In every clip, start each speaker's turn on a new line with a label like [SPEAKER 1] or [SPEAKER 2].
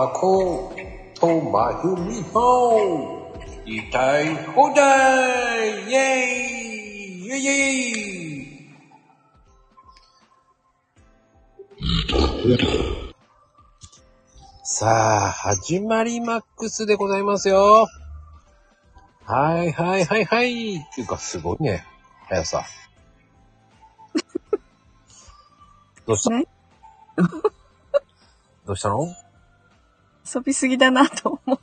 [SPEAKER 1] Ako to Mahumihon. Itai Hodai. Yay! Yay! Yay! さあ、始まりマックスでございますよ。はいはいはいはい。っていうか、すごいね。速さ。どうした
[SPEAKER 2] ね
[SPEAKER 1] どうしたの
[SPEAKER 2] 遊びすぎだなと思う。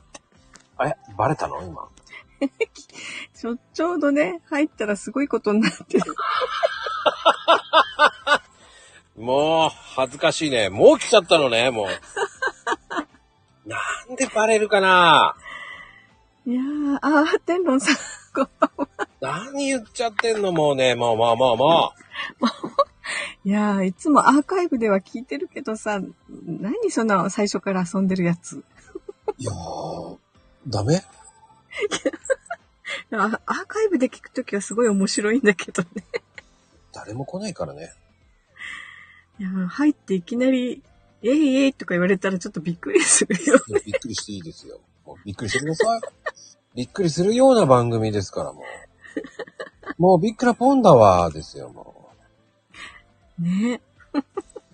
[SPEAKER 1] え、バレたの今。
[SPEAKER 2] ちょ、ちょうどね、入ったらすごいことになってる。
[SPEAKER 1] もう、恥ずかしいね。もう来ちゃったのね、も う。なんでバレるかない
[SPEAKER 2] やー、あー、天論さん、こんばんは。
[SPEAKER 1] 何言っちゃってんのもうね、もうもうもうも
[SPEAKER 2] いやー、いつもアーカイブでは聞いてるけどさ、何その最初から遊んでるやつ。
[SPEAKER 1] う。いやー、ダメ
[SPEAKER 2] あアーカイブで聞くときはすごい面白いんだけどね。
[SPEAKER 1] 誰も来ないからね。
[SPEAKER 2] いやー、入っていきなり、えいえいとか言われたらちょっとびっくりするよ。
[SPEAKER 1] びっくりしていいですよ。もうびっくりしてください。びっくりするような番組ですから、もう。もうびっくらポンだわーですよ、も
[SPEAKER 2] ね。
[SPEAKER 1] う。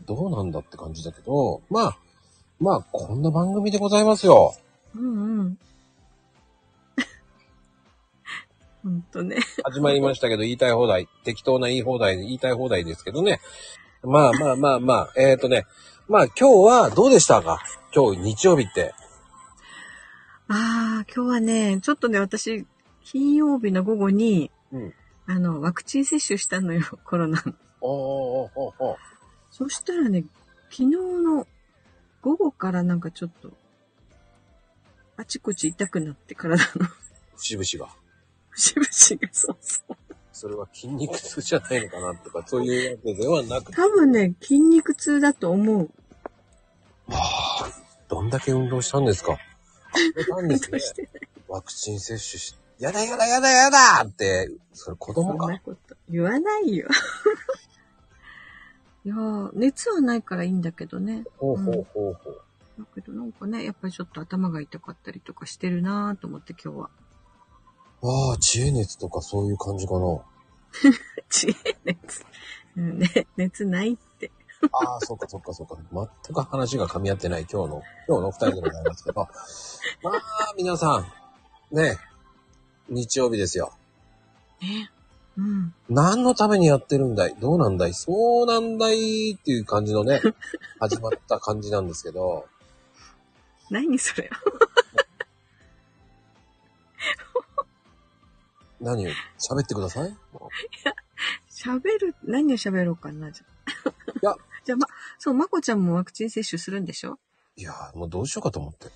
[SPEAKER 1] どうなんだって感じだけど、まあ、まあ、こんな番組でございますよ。
[SPEAKER 2] うんうん。 ほんとね。
[SPEAKER 1] 始まりましたけど、言いたい放題、適当な言い放題で言いたい放題ですけどね。まあまあまあまあ、えっ、ー、とね、まあ今日はどうでしたか今日日曜日って。
[SPEAKER 2] ああ、今日はね、ちょっとね、私、金曜日の午後に、
[SPEAKER 1] うん。
[SPEAKER 2] あの、ワクチン接種したのよ、 コロナの。
[SPEAKER 1] おーおーおーおー
[SPEAKER 2] そしたらね、昨日の午後からなんかちょっと、あちこち痛くなって体の
[SPEAKER 1] 節々が。
[SPEAKER 2] 節々が、そうそう。
[SPEAKER 1] それは筋肉痛じゃないのかなとか、そういうわけではなくて。
[SPEAKER 2] 多分ね、筋肉痛だと思う。
[SPEAKER 1] はあ、どんだけ運動したんですかしたんですね
[SPEAKER 2] どう。して
[SPEAKER 1] ワクチン接種し、やだやだやだやだって、それ子
[SPEAKER 2] そ
[SPEAKER 1] 供
[SPEAKER 2] ん
[SPEAKER 1] か。
[SPEAKER 2] なこと言わないよ。 いやー、熱はないからいいんだけどね。
[SPEAKER 1] ほうほうほうほう。
[SPEAKER 2] だけどなんかね、やっぱりちょっと頭が痛かったりとかしてるなーと思って今日は。
[SPEAKER 1] ああ、知恵熱とかそういう感じかな。
[SPEAKER 2] 知恵熱。うんね、熱ないって。
[SPEAKER 1] ああ、そっかそっかそっか。全く話が噛み合ってない今日の、今日のお二人でございますけど。 まあ、皆さん、ね、日曜日ですよ。
[SPEAKER 2] ね。うん。
[SPEAKER 1] 何のためにやってるんだいどうなんだいそうなんだいっていう感じのね、始まった感じなんですけど、
[SPEAKER 2] 何それ。
[SPEAKER 1] 何を喋ってくださいも
[SPEAKER 2] 喋る、何を喋ろうかな、じゃあ。
[SPEAKER 1] いや。
[SPEAKER 2] じゃあ、ま、そう、まこちゃんもワクチン接種するんでしょ
[SPEAKER 1] ういやー、もうどうしようかと思って。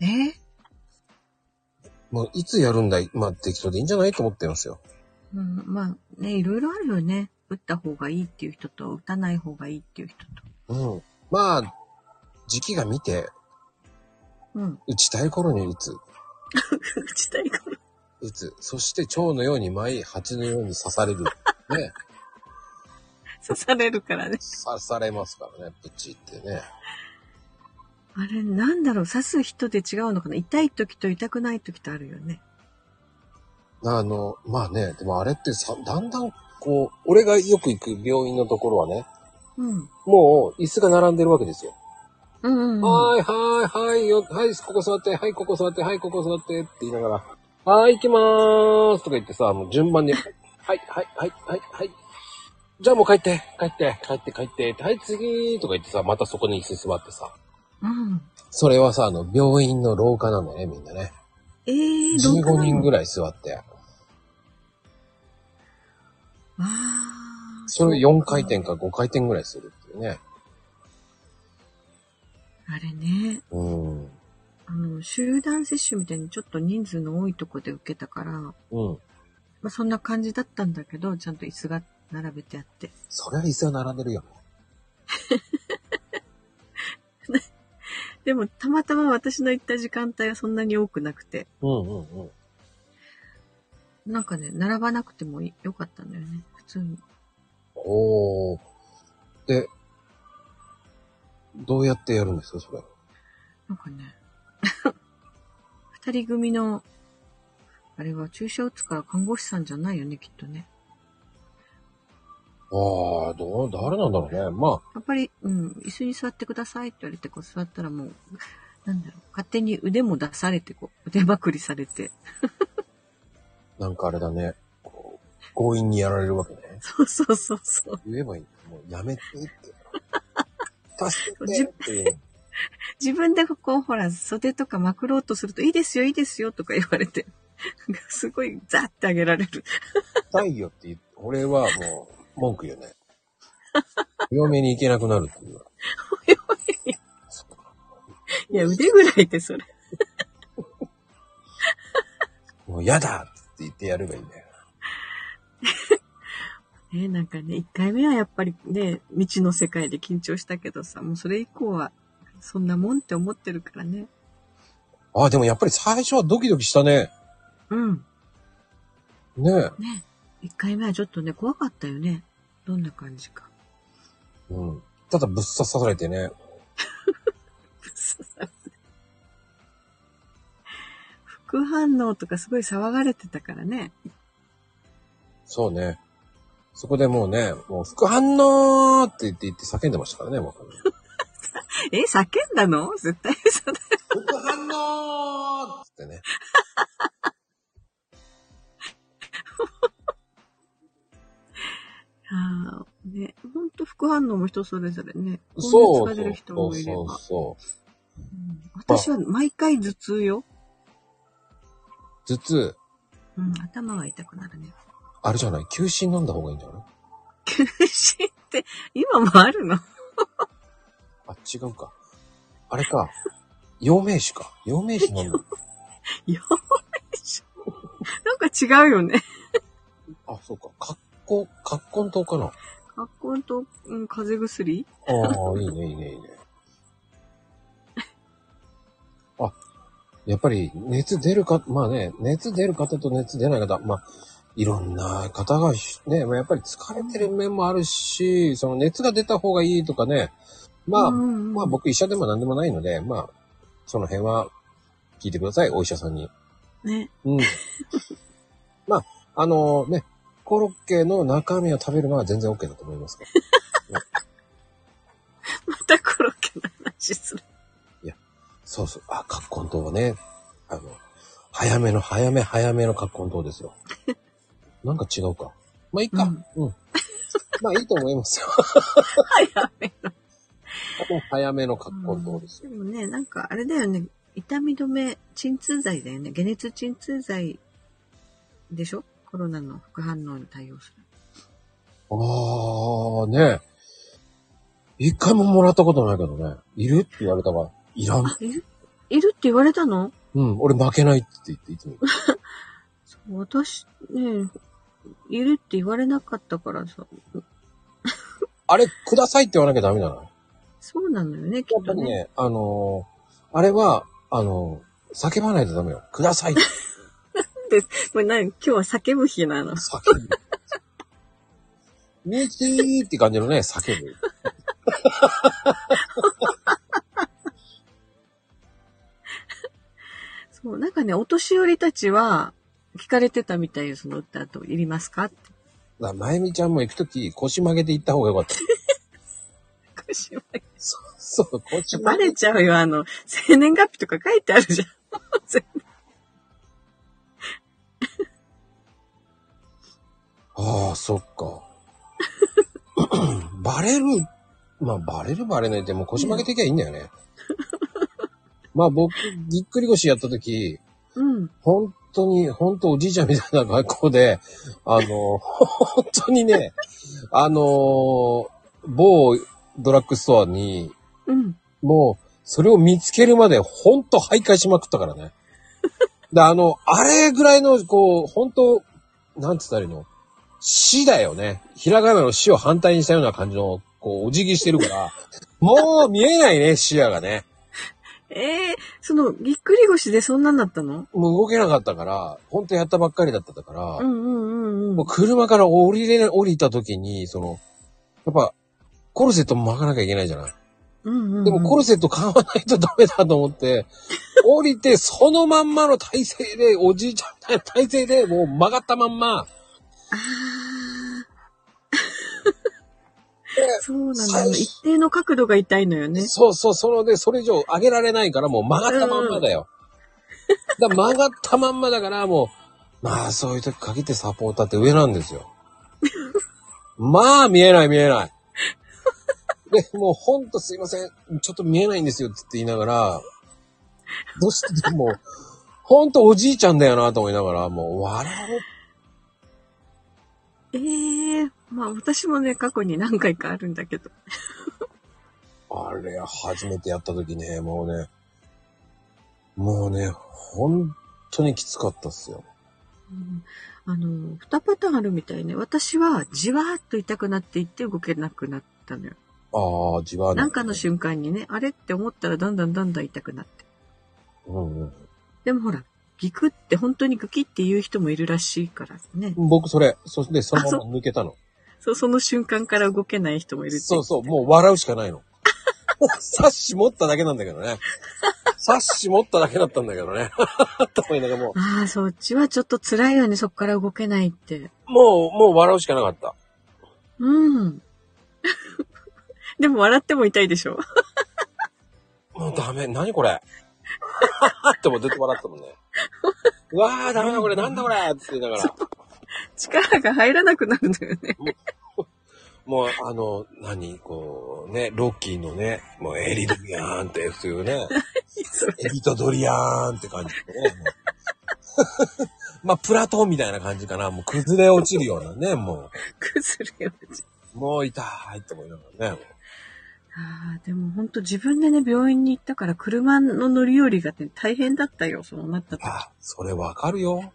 [SPEAKER 2] え
[SPEAKER 1] もういつやるんだいまあ適当でいいんじゃないと思ってますよ。
[SPEAKER 2] うん、まあ、ね、いろいろあるよね。打った方がいいっていう人と、打たない方がいいっていう人と。
[SPEAKER 1] うん。まあ、時期が見て、
[SPEAKER 2] うん。
[SPEAKER 1] 打ちたい頃に打つ。
[SPEAKER 2] 打ちたいから。
[SPEAKER 1] 打つ。そして蝶のように舞い、蜂のように刺さ れる。ね。
[SPEAKER 2] 刺されるからね。
[SPEAKER 1] 刺されますからね、プチってね。
[SPEAKER 2] あれ、なんだろう、刺す人で違うのかな痛い時と痛くない時とあるよね。
[SPEAKER 1] あの、まあね、でもあれってさ、だんだんこう、俺がよく行く病院のところはね、
[SPEAKER 2] うん。
[SPEAKER 1] もう椅子が並んでるわけですよ。
[SPEAKER 2] うんうん、うん。
[SPEAKER 1] はーい、はーい、はい、よ、はい、ここ座って、はい、ここ座って、はい、ここ座ってって言いながら、はーい、行きまーすとか言ってさ、もう順番に、はい、はい、はい、はい、はい。じゃあもう帰って、帰って、帰って、帰って、はい、次ーとか言ってさ、またそこに椅子座ってさ、
[SPEAKER 2] うん。
[SPEAKER 1] それはさ、あの、病院の廊下なのね、みんなね。
[SPEAKER 2] えー、どうかな
[SPEAKER 1] 15人ぐらい座って。
[SPEAKER 2] ああ。
[SPEAKER 1] それ
[SPEAKER 2] う
[SPEAKER 1] 4回転か5回転ぐらいするっていうね。
[SPEAKER 2] あれね、
[SPEAKER 1] うん。う
[SPEAKER 2] あの、集団接種みたいにちょっと人数の多いとこで受けたから、ま
[SPEAKER 1] ん。
[SPEAKER 2] あ、そんな感じだったんだけど、ちゃんと椅子が並べてあって。
[SPEAKER 1] そりゃ椅子が並んでるよ。
[SPEAKER 2] でも、たまたま私の行った時間帯はそんなに多くなくて、
[SPEAKER 1] うんうんうん。
[SPEAKER 2] なんかね、並ばなくてもいよかったんだよね、普通に。
[SPEAKER 1] おー。で、どうやってやるんですか、それ。
[SPEAKER 2] なんかね、二人組の、あれは注射打つから看護師さんじゃないよね、きっとね。
[SPEAKER 1] ああ、どう、誰なんだろうね。ま
[SPEAKER 2] やっぱり、うん、椅子に座ってくださいって言われて、こう座ったらもう、なんだろう、勝手に腕も出されて、こう、腕まくりされて。
[SPEAKER 1] あ、なんかあれだね。こう強引にやられるわけね。
[SPEAKER 2] そうそうそうそう。
[SPEAKER 1] 言えばいいんだもうやめてっ て。助け
[SPEAKER 2] じ
[SPEAKER 1] てっていう。
[SPEAKER 2] 自分でこう、ほら、袖とかまくろうとすると、いいですよ、いいですよ、とか言われて。 なんかすごい、ザーってあげられる。
[SPEAKER 1] 痛いよって言って、俺はもう、文句言うね。嫁に行けなくなるっていう。
[SPEAKER 2] いや、腕ぐらいでそれ。
[SPEAKER 1] もう嫌だって言ってやればいいんだよ。
[SPEAKER 2] ね、なんかね、一回目はやっぱりね、未知の世界で緊張したけどさ、もうそれ以降は、そんなもんって思ってるからね。
[SPEAKER 1] あ、でもやっぱり最初はドキドキしたね。
[SPEAKER 2] うん。
[SPEAKER 1] ねえ。
[SPEAKER 2] ね。一回目はちょっとね、怖かったよね。どんな感じか。
[SPEAKER 1] うん。ただぶっ刺されてね。
[SPEAKER 2] 副反応とかすごい騒がれてたからね。
[SPEAKER 1] そうね。そこでもうね、もう副反応って言って言って叫んでましたからね、もう。
[SPEAKER 2] え、叫んだの絶対嘘だ。
[SPEAKER 1] 副反応ってね。
[SPEAKER 2] ああ、ね。ほんと副反応も人それぞれね。
[SPEAKER 1] そ
[SPEAKER 2] こ
[SPEAKER 1] う
[SPEAKER 2] に疲れる人
[SPEAKER 1] そ
[SPEAKER 2] も
[SPEAKER 1] う
[SPEAKER 2] いれば。
[SPEAKER 1] そうそう。
[SPEAKER 2] うん私は毎回頭痛よ。
[SPEAKER 1] 頭痛、
[SPEAKER 2] うん、頭が痛くな るね。
[SPEAKER 1] あれじゃない休止飲んだ方がいいんじゃない
[SPEAKER 2] 休止って、今もあるの
[SPEAKER 1] あ、違うか。あれ か。陽明酒か。陽明酒飲んだ。
[SPEAKER 2] やばいしょ。なんか違うよね。
[SPEAKER 1] あ、そうか。格好、格好糖かな。
[SPEAKER 2] 学校と、うん、風邪薬
[SPEAKER 1] ああ、いいね、いいね、いいね。あ、やっぱり熱出るか、まあね、熱出る方と熱出ない方、まあ、いろんな方がし、ね、まあやっぱり疲れてる面もあるし、その熱が出た方がいいとかね、まあ、
[SPEAKER 2] うんうん
[SPEAKER 1] まあ僕医者でも何でもないので、まあ、その辺は聞いてください、お医者さんに。
[SPEAKER 2] ね。
[SPEAKER 1] うん。 まあ、あのね、コロッケの中身を食べるのは全然 OK だと思いますけど。
[SPEAKER 2] またコロッケの話する。
[SPEAKER 1] そうそう。あ、カッコン糖はね、あの、早めの早め早めのカッコン糖 ですよ。なんか違うか。まあいいか。うん。まあいいと思いますよ。
[SPEAKER 2] 早めの。
[SPEAKER 1] 早めのカッコン糖ですよ。
[SPEAKER 2] でもね、なんかあれだよね。痛み止め、鎮痛剤だよね。解熱鎮痛剤でしょコロナの副反応に対応する。
[SPEAKER 1] あーね。一回ももらったことないけどね。いるって言われたから、いらん。
[SPEAKER 2] あ、いるいるって言われたの
[SPEAKER 1] うん、俺負けないって言っていつも言う。
[SPEAKER 2] そう私、ね、いるって言われなかったからさ。
[SPEAKER 1] あれ、くださいって言わなきゃダメだな。
[SPEAKER 2] そうなのよね、き
[SPEAKER 1] や
[SPEAKER 2] っ
[SPEAKER 1] っぱ
[SPEAKER 2] と
[SPEAKER 1] り
[SPEAKER 2] ね。
[SPEAKER 1] ね、あのーあれは、あのー叫ばないとダメよ。くださいって
[SPEAKER 2] これ何今日は叫ぶ日なの。
[SPEAKER 1] 叫ぶ。ミキーって感じのね、叫ぶ。
[SPEAKER 2] そう、なんかね、お年寄りたちは、聞かれてたみたいよ、その歌と、いりますかって。
[SPEAKER 1] だまゆみちゃんも行くとき、腰曲げて行った方がよかった。そう、腰
[SPEAKER 2] バ
[SPEAKER 1] 曲げ
[SPEAKER 2] レちゃうよ、あの、生年月日とか書いてあるじゃん。
[SPEAKER 1] ああ、そっか。 バレる、まあ、バレるバレないって、もう腰曲げていきゃいいんだよね。まあ、僕、ぎっくり腰やったとき、
[SPEAKER 2] うん。
[SPEAKER 1] 本当に、本当おじいちゃんみたいな学校で、あの、本当にね、あの、某ドラッグストアに、
[SPEAKER 2] うん。
[SPEAKER 1] もう、それを見つけるまで、ほんと徘徊しまくったからね。で、あの、あれぐらいの、こう、ほんと、なんつったらいいの死だよね。ひらがなの死を反対にしたような感じの、こう、お辞儀してるから、もう見えないね、視野がね。
[SPEAKER 2] ええその、ぎっくり腰でそんなんだったの
[SPEAKER 1] もう動けなかったから、ほんとやったばっかりだったから、
[SPEAKER 2] うんうんうんう。
[SPEAKER 1] もうん車から降りれ、降りた時に、その、やっぱ、コルセットも巻かなきゃいけないじゃない。
[SPEAKER 2] うんうんうん、
[SPEAKER 1] でもコルセット買わないとダメだと思 って、降りてそのまんまの体勢で、おじいちゃんみたいな体勢でもう曲がったまんま、
[SPEAKER 2] ああ。そうなんだよ
[SPEAKER 1] 最
[SPEAKER 2] ね。
[SPEAKER 1] 初
[SPEAKER 2] 一定の角度が痛いのよね。
[SPEAKER 1] そうそう、そのね、それ以上上げられないからもう曲がったまんまだよ。だから曲がったまんまだからもう、まあそういう時限ってサポーターって上なんですよ。まあ見えない見えない。で、もうほんとすいません、ちょっと見えないんですよって言いながら、どうしてでも、ほんとおじいちゃんだよなと思いながら、もう笑
[SPEAKER 2] ええまあ私もね、過去に何回かあるんだけど。
[SPEAKER 1] う。あれ、初めてやった時ね、もうね、もうね、ほんとにきつかったっすよ。
[SPEAKER 2] うんあの、二パターンあるみたいね。私はじわーっと痛くなっていって動けなくなったのよ。
[SPEAKER 1] ああ、地盤。
[SPEAKER 2] なんかの瞬間にね、あれって思ったらだんだんだんだん痛くなって。
[SPEAKER 1] うんうん。
[SPEAKER 2] でもほら、ギクって本当にグキって言う人もいるらしいからね。
[SPEAKER 1] 僕それ、そしてそのまま抜けたの。
[SPEAKER 2] そう、その瞬間から動けない人もいるって
[SPEAKER 1] そうそう、もう笑うしかないの。 サッシ持っただけなんだけどね。サッシ持っただけだったんだけどね。と思いながらも
[SPEAKER 2] ああ、そっちはちょっと辛いよね、そっから動けないって。
[SPEAKER 1] う、もう、もう笑うしかなかった。
[SPEAKER 2] うん。 でも笑っても痛いでしょ
[SPEAKER 1] もうダメ、何これ。ってもうずっと笑ってたもんね。うわー、ダメだこれ、なんだこれって言いながら。
[SPEAKER 2] 力が入らなくなるのよね。
[SPEAKER 1] もう、あの、何、こう、ね、ロッキーのね、もうエリドリアーンって、そういうね。
[SPEAKER 2] それ
[SPEAKER 1] エビとドリアーンって感じでね。もう まあ、プラトンみたいな感じかな。もう崩れ落ちるようなね、も
[SPEAKER 2] 崩れ落ち
[SPEAKER 1] う。もう痛いって思いながらね。
[SPEAKER 2] ああ、でも本当自分でね、病院に行ったから車の乗り降りがね、大変だったよ、そうなった時。
[SPEAKER 1] あ、それわかるよ。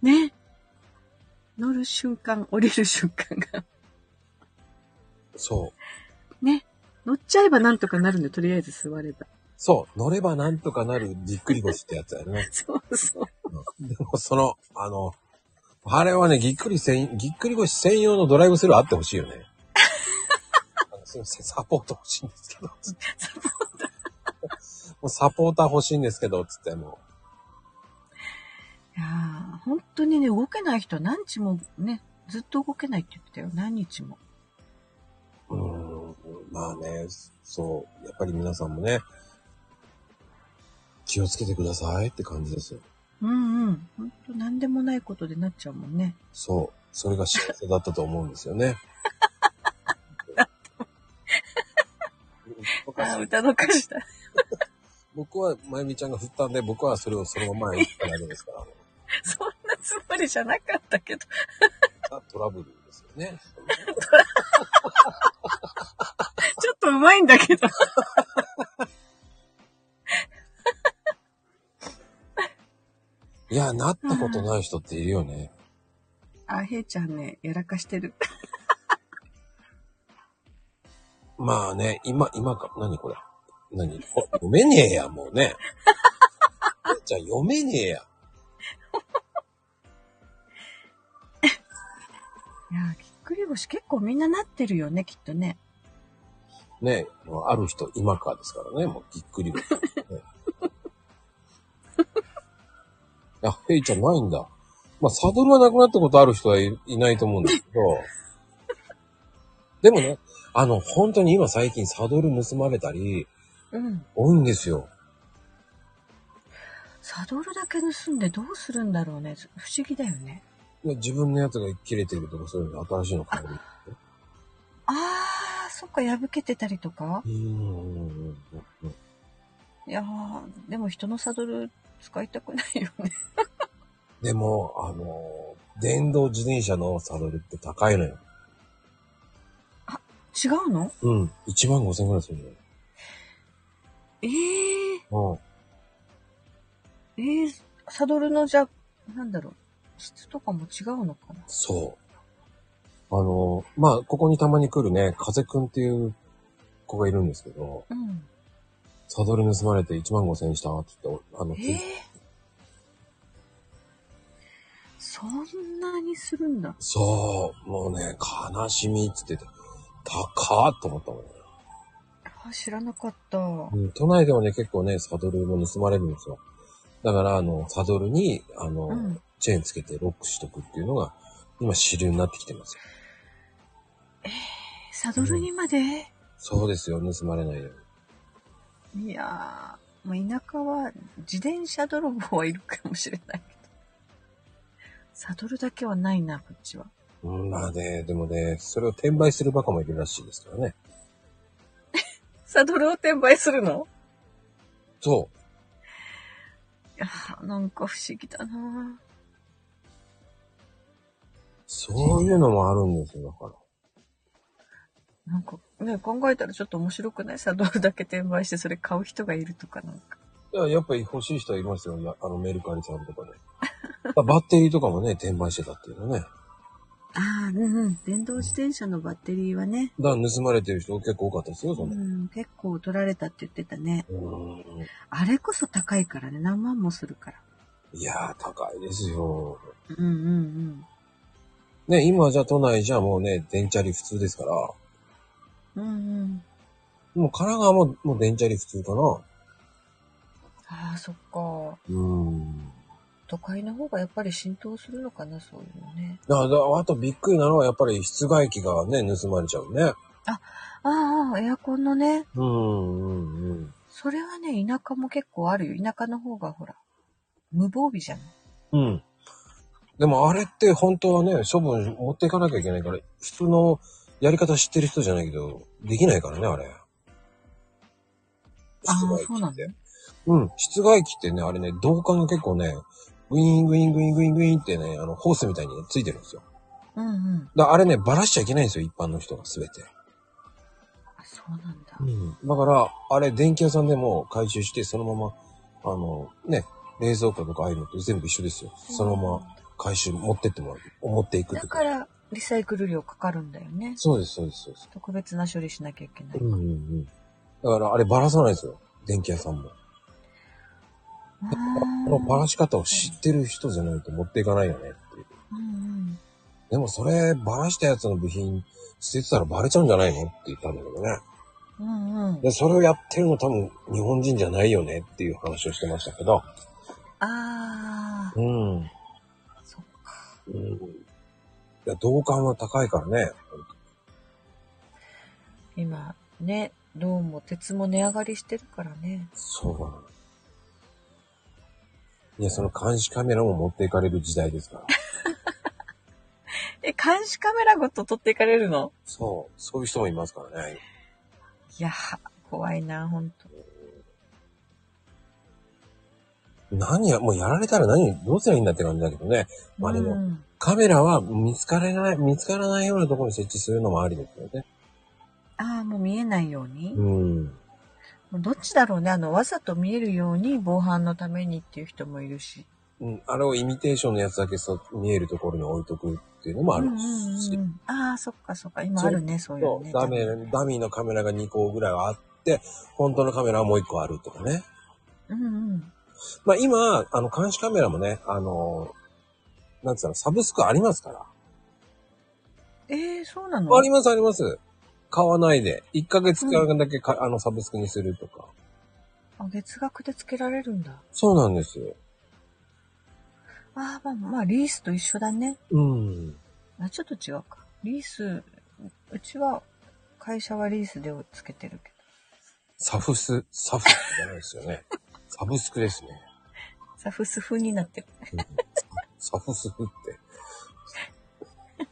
[SPEAKER 2] ね。乗る瞬間、降りる瞬間が。
[SPEAKER 1] そう。
[SPEAKER 2] ね。乗っちゃえばなんとかなるんで、とりあえず座れば。
[SPEAKER 1] そう。乗ればなんとかなるぎっくり腰ってやつだよね。
[SPEAKER 2] そうそう。
[SPEAKER 1] うんでも、その、あの、あれはね、ぎっくりせん、ぎっくり腰専用のドライブスルーあってほしいよね。あのすいません、サポート欲しいんですけど、つって。もうサポーター欲しいんですけど、つって、も
[SPEAKER 2] いやー本当にね、動けない人は何日もね、ずっと動けないって言ってたよ、何日も。
[SPEAKER 1] う。うーん、まあね、そう、やっぱり皆さんもね、気をつけてくださいって感じですよ。
[SPEAKER 2] うんうん。本当何でもないことでなっちゃうもんね。
[SPEAKER 1] そう、それが幸せだったと思うんですよね。 僕は
[SPEAKER 2] 歌の歌詞だ。
[SPEAKER 1] 僕は、まゆみちゃんが振ったんで、僕はそれをそのまま言っただけですから。
[SPEAKER 2] そんなつもりじゃなかったけど。
[SPEAKER 1] トラブルですよね。
[SPEAKER 2] ちょっとうまいんだけど。
[SPEAKER 1] いや、なったことない人っているよね。
[SPEAKER 2] あ、へいちゃんね、やらかしてる。
[SPEAKER 1] まあね、今、今か、何これ。何こ読めねえや、もうね。じゃあ読めねえや。
[SPEAKER 2] いやー、ぎっくり腰結構みんななってるよね、きっとね。
[SPEAKER 1] ね、もうある人、今かですからね、もうぎっくり腰、ね。 あ、ヘイちゃんないんだ。まあ、サドルはなくなったことある人はいいないと思うんだけど。 でもね、あの、本当に今最近サドル盗まれたり、
[SPEAKER 2] うん。
[SPEAKER 1] 多いんですよ。
[SPEAKER 2] サドルだけ盗んでどうするんだろうね。不思議だよね。
[SPEAKER 1] で自分のやつが切れてるとかそういうの新しいの買える。
[SPEAKER 2] あー、そっか、破けてたりとか
[SPEAKER 1] う。ーん。
[SPEAKER 2] いやー、でも人のサドル使いたくないよね。
[SPEAKER 1] でも、あの、電動自転車のサドルって高いのよ。
[SPEAKER 2] 違うの
[SPEAKER 1] うん。1万5千ぐらいするのよ。
[SPEAKER 2] えー。
[SPEAKER 1] うん。
[SPEAKER 2] えー、サドルのじゃ、なんだろう、質とかも違うのかな
[SPEAKER 1] そう。あの、まあ、ここにたまに来るね、風くんっていう子がいるんですけど、
[SPEAKER 2] うん。
[SPEAKER 1] サドル盗まれて1万5千したって言って、あの、
[SPEAKER 2] えー、そんなにするんだ。
[SPEAKER 1] そう、もうね、悲しみって言ってて、高っと思ったもんね。
[SPEAKER 2] ああ知らなかった。う
[SPEAKER 1] うん、都内でもね、結構ね、サドルも盗まれるんですよ。だから、あの、サドルに、あの、
[SPEAKER 2] ん。
[SPEAKER 1] チェーンつけてロックしとくっていうのが、今主流になってきてますよ。
[SPEAKER 2] サドルにまで、
[SPEAKER 1] そうですよ、盗まれないように。
[SPEAKER 2] いやー、もう田舎は自転車泥棒はいるかもしれないけど。サドルだけはないな、こっちは。
[SPEAKER 1] うん、まあね、でもね、それを転売するバカもいるらしいですからね。
[SPEAKER 2] サドルを転売するの
[SPEAKER 1] そ
[SPEAKER 2] いやー、なんか不思議だな
[SPEAKER 1] う。そういうのもあるんですよ、だから。
[SPEAKER 2] なんかね、考えたらちょっと面白くないサドルだけ転売してそれ買う人がいるとかなんか。
[SPEAKER 1] いや、やっぱり欲しい人はいますよ。いやあの、メルカリさんと かね。バッテリーとかもね、転売してたっていうのね。だか
[SPEAKER 2] ああ、うんうん。電動自転車のバッテリーはね、
[SPEAKER 1] ら盗まれてる人結構多かったですよ、そんな。
[SPEAKER 2] ん、結構取られたって言ってたね。
[SPEAKER 1] うん。
[SPEAKER 2] あれこそ高いからね、何万もするから。
[SPEAKER 1] いやー、高いですよ。
[SPEAKER 2] うんうんうん。
[SPEAKER 1] ね、今じゃ都内じゃもうね、電チャリ普通ですから。も
[SPEAKER 2] うんうん。
[SPEAKER 1] う神奈川ももう電チャリ普通かな。
[SPEAKER 2] ああ、そっか。
[SPEAKER 1] うん。
[SPEAKER 2] 都会の方がやっぱり浸透するのかな、そういうのね。
[SPEAKER 1] だだあとびっくりなのはやっぱり室外機がね、盗まれちゃうね。
[SPEAKER 2] ああ、エアコンのね。
[SPEAKER 1] うん、うん、うん。
[SPEAKER 2] それはね、田舎も結構あるよ。田舎の方がほら、無防備じゃない。
[SPEAKER 1] うん。でもあれって本当はね、処分持っていかなきゃいけないから、普通のやり方知ってる人じゃないけど、できないからね、あれ。室
[SPEAKER 2] ああ、
[SPEAKER 1] 外
[SPEAKER 2] そうな
[SPEAKER 1] 機っ
[SPEAKER 2] んだ
[SPEAKER 1] て。。うん、室外機ってね、あれね、導管が結構ね、グイーングイーングイーングイーングイーンってね、あの、ホースみたいにねついてるんですよ。
[SPEAKER 2] うんうん。
[SPEAKER 1] だからあれね、ばらしちゃいけないんですよ、一般の人がすべて。
[SPEAKER 2] あそうなんだ。
[SPEAKER 1] だから、あれ、電気屋さんでも回収して、そのまま、あの、ね、冷蔵庫とかああいうのと全部一緒ですよ。そのまま
[SPEAKER 2] ま。
[SPEAKER 1] 回収持ってってもらう。持っていくっ
[SPEAKER 2] だ
[SPEAKER 1] て
[SPEAKER 2] か
[SPEAKER 1] か。
[SPEAKER 2] ら、リサイクル料かかるんだよね。
[SPEAKER 1] そうです、そうです、そうです。
[SPEAKER 2] 特別な処理しなきゃいけない。
[SPEAKER 1] うんうんうん。だから、あれ、ばらさないですよ。電気屋さんも。このばらし方を知ってる人じゃないと持っていかないよねっていう。
[SPEAKER 2] うんうん。
[SPEAKER 1] でも、それ、ばらしたやつの部品、捨ててたらバレちゃうんじゃないのって言ったんだけどね。
[SPEAKER 2] うんうん。
[SPEAKER 1] で、それをやってるの多分、日本人じゃないよねっていう話をしてましたけど。
[SPEAKER 2] ああ、
[SPEAKER 1] うん。
[SPEAKER 2] そっか。
[SPEAKER 1] うんいや、同感は高いからね。
[SPEAKER 2] 今、ね、どうも鉄も値上がりしてるからね。
[SPEAKER 1] そうだな。いや、その監視カメラも持っていかれる時代ですから。
[SPEAKER 2] え、監視カメラごと撮っていかれるの
[SPEAKER 1] そう。そういう人もいますからね。
[SPEAKER 2] いや、怖いな、ほんと。
[SPEAKER 1] 何や、もうやられたら何、どうすりゃいいんだって感じだけどね。まあでも
[SPEAKER 2] うん
[SPEAKER 1] カメラは見つからない、見つからないようなところに設置するのもありですよね。
[SPEAKER 2] ああ、もう見えないように。
[SPEAKER 1] うん。
[SPEAKER 2] もうどっちだろうね。あの、わざと見えるように防犯のためにっていう人もいるし。
[SPEAKER 1] うん。あれをイミテーションのやつだけそう見えるところに置いとくっていうのもある
[SPEAKER 2] うんうん
[SPEAKER 1] し
[SPEAKER 2] う。ん、ああ、そっかそっか。今あるね、そうい
[SPEAKER 1] そうう、
[SPEAKER 2] ね。
[SPEAKER 1] ダメ、ダミーのカメラが2個ぐらいはあって、本当のカメラはもう1個あるとかね。
[SPEAKER 2] うんうん。
[SPEAKER 1] まあ今、あの、監視カメラもね、あの、なんつうの、サブスクありますから。
[SPEAKER 2] ええー、そうなの
[SPEAKER 1] ありますあります。買わないで。1ヶ月間だけか、あの、サブスクにするとか。
[SPEAKER 2] あ月額でつけられるんだ。
[SPEAKER 1] そうなんですよ。
[SPEAKER 2] ああ、まあ、まあ、リースと一緒だね。
[SPEAKER 1] うん。
[SPEAKER 2] あ、ちょっと違うか。リース、うちは、会社はリースでつけてるけ
[SPEAKER 1] サフス、サフスじゃないですよね。サブスクですね。
[SPEAKER 2] ど。サフス風になってる。
[SPEAKER 1] うんサフスクって。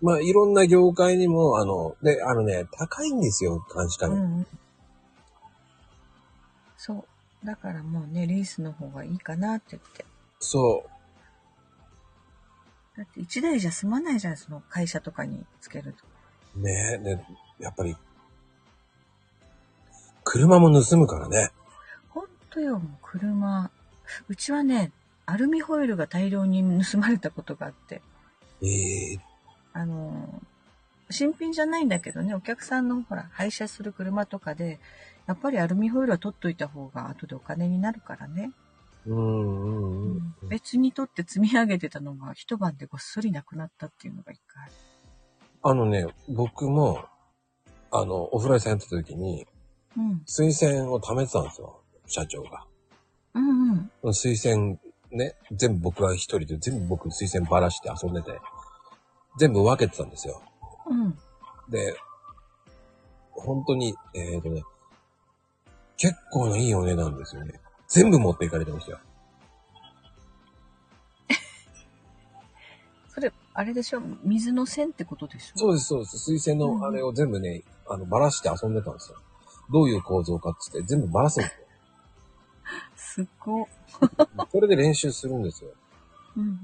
[SPEAKER 1] まあ、いろんな業界にも、あの、で、あのね、高いんですよ、監視カ
[SPEAKER 2] う
[SPEAKER 1] メラ。
[SPEAKER 2] んうん。そう。だからもうね、リースの方がいいかなって言って。
[SPEAKER 1] そう。
[SPEAKER 2] だって一台じゃ済まないじゃん、その会社とかにつけると。
[SPEAKER 1] ねえ、で、やっぱり、車も盗むからね。
[SPEAKER 2] ほんとよ、もう車。うちはね、アルミホイルが大量に盗まれたことがあって。
[SPEAKER 1] ええ
[SPEAKER 2] あの、新品じゃないんだけどね、お客さんのほら、廃車する車とかで、やっぱりアルミホイルは取っといた方が後でお金になるからね。
[SPEAKER 1] うんうんうん。
[SPEAKER 2] 別に取って積み上げてたのが一晩でごっそりなくなったっていうのが一回ある。
[SPEAKER 1] あのね、僕も、あの、お風呂屋さんやってた時に、
[SPEAKER 2] うん。
[SPEAKER 1] 水薦を貯めてたんですよ、社長が。
[SPEAKER 2] うんうん。
[SPEAKER 1] 水薦ね、全部僕が一人で全部僕水薦ばらして遊んでて、全部分けてたんですよ。
[SPEAKER 2] うん。
[SPEAKER 1] で、本当に、えっ、とね、結構ないいお値段ですよね。全部持っていかれてましたよ。
[SPEAKER 2] それ、あれでしょ水の線ってことでしょ
[SPEAKER 1] そうです、そうです。水薦のあれを全部ね、あの、ばらして遊んでたんですよ。どういう構造かっつって全部ばらすんですよ。
[SPEAKER 2] すっご。
[SPEAKER 1] それで練習するんですよ。
[SPEAKER 2] うん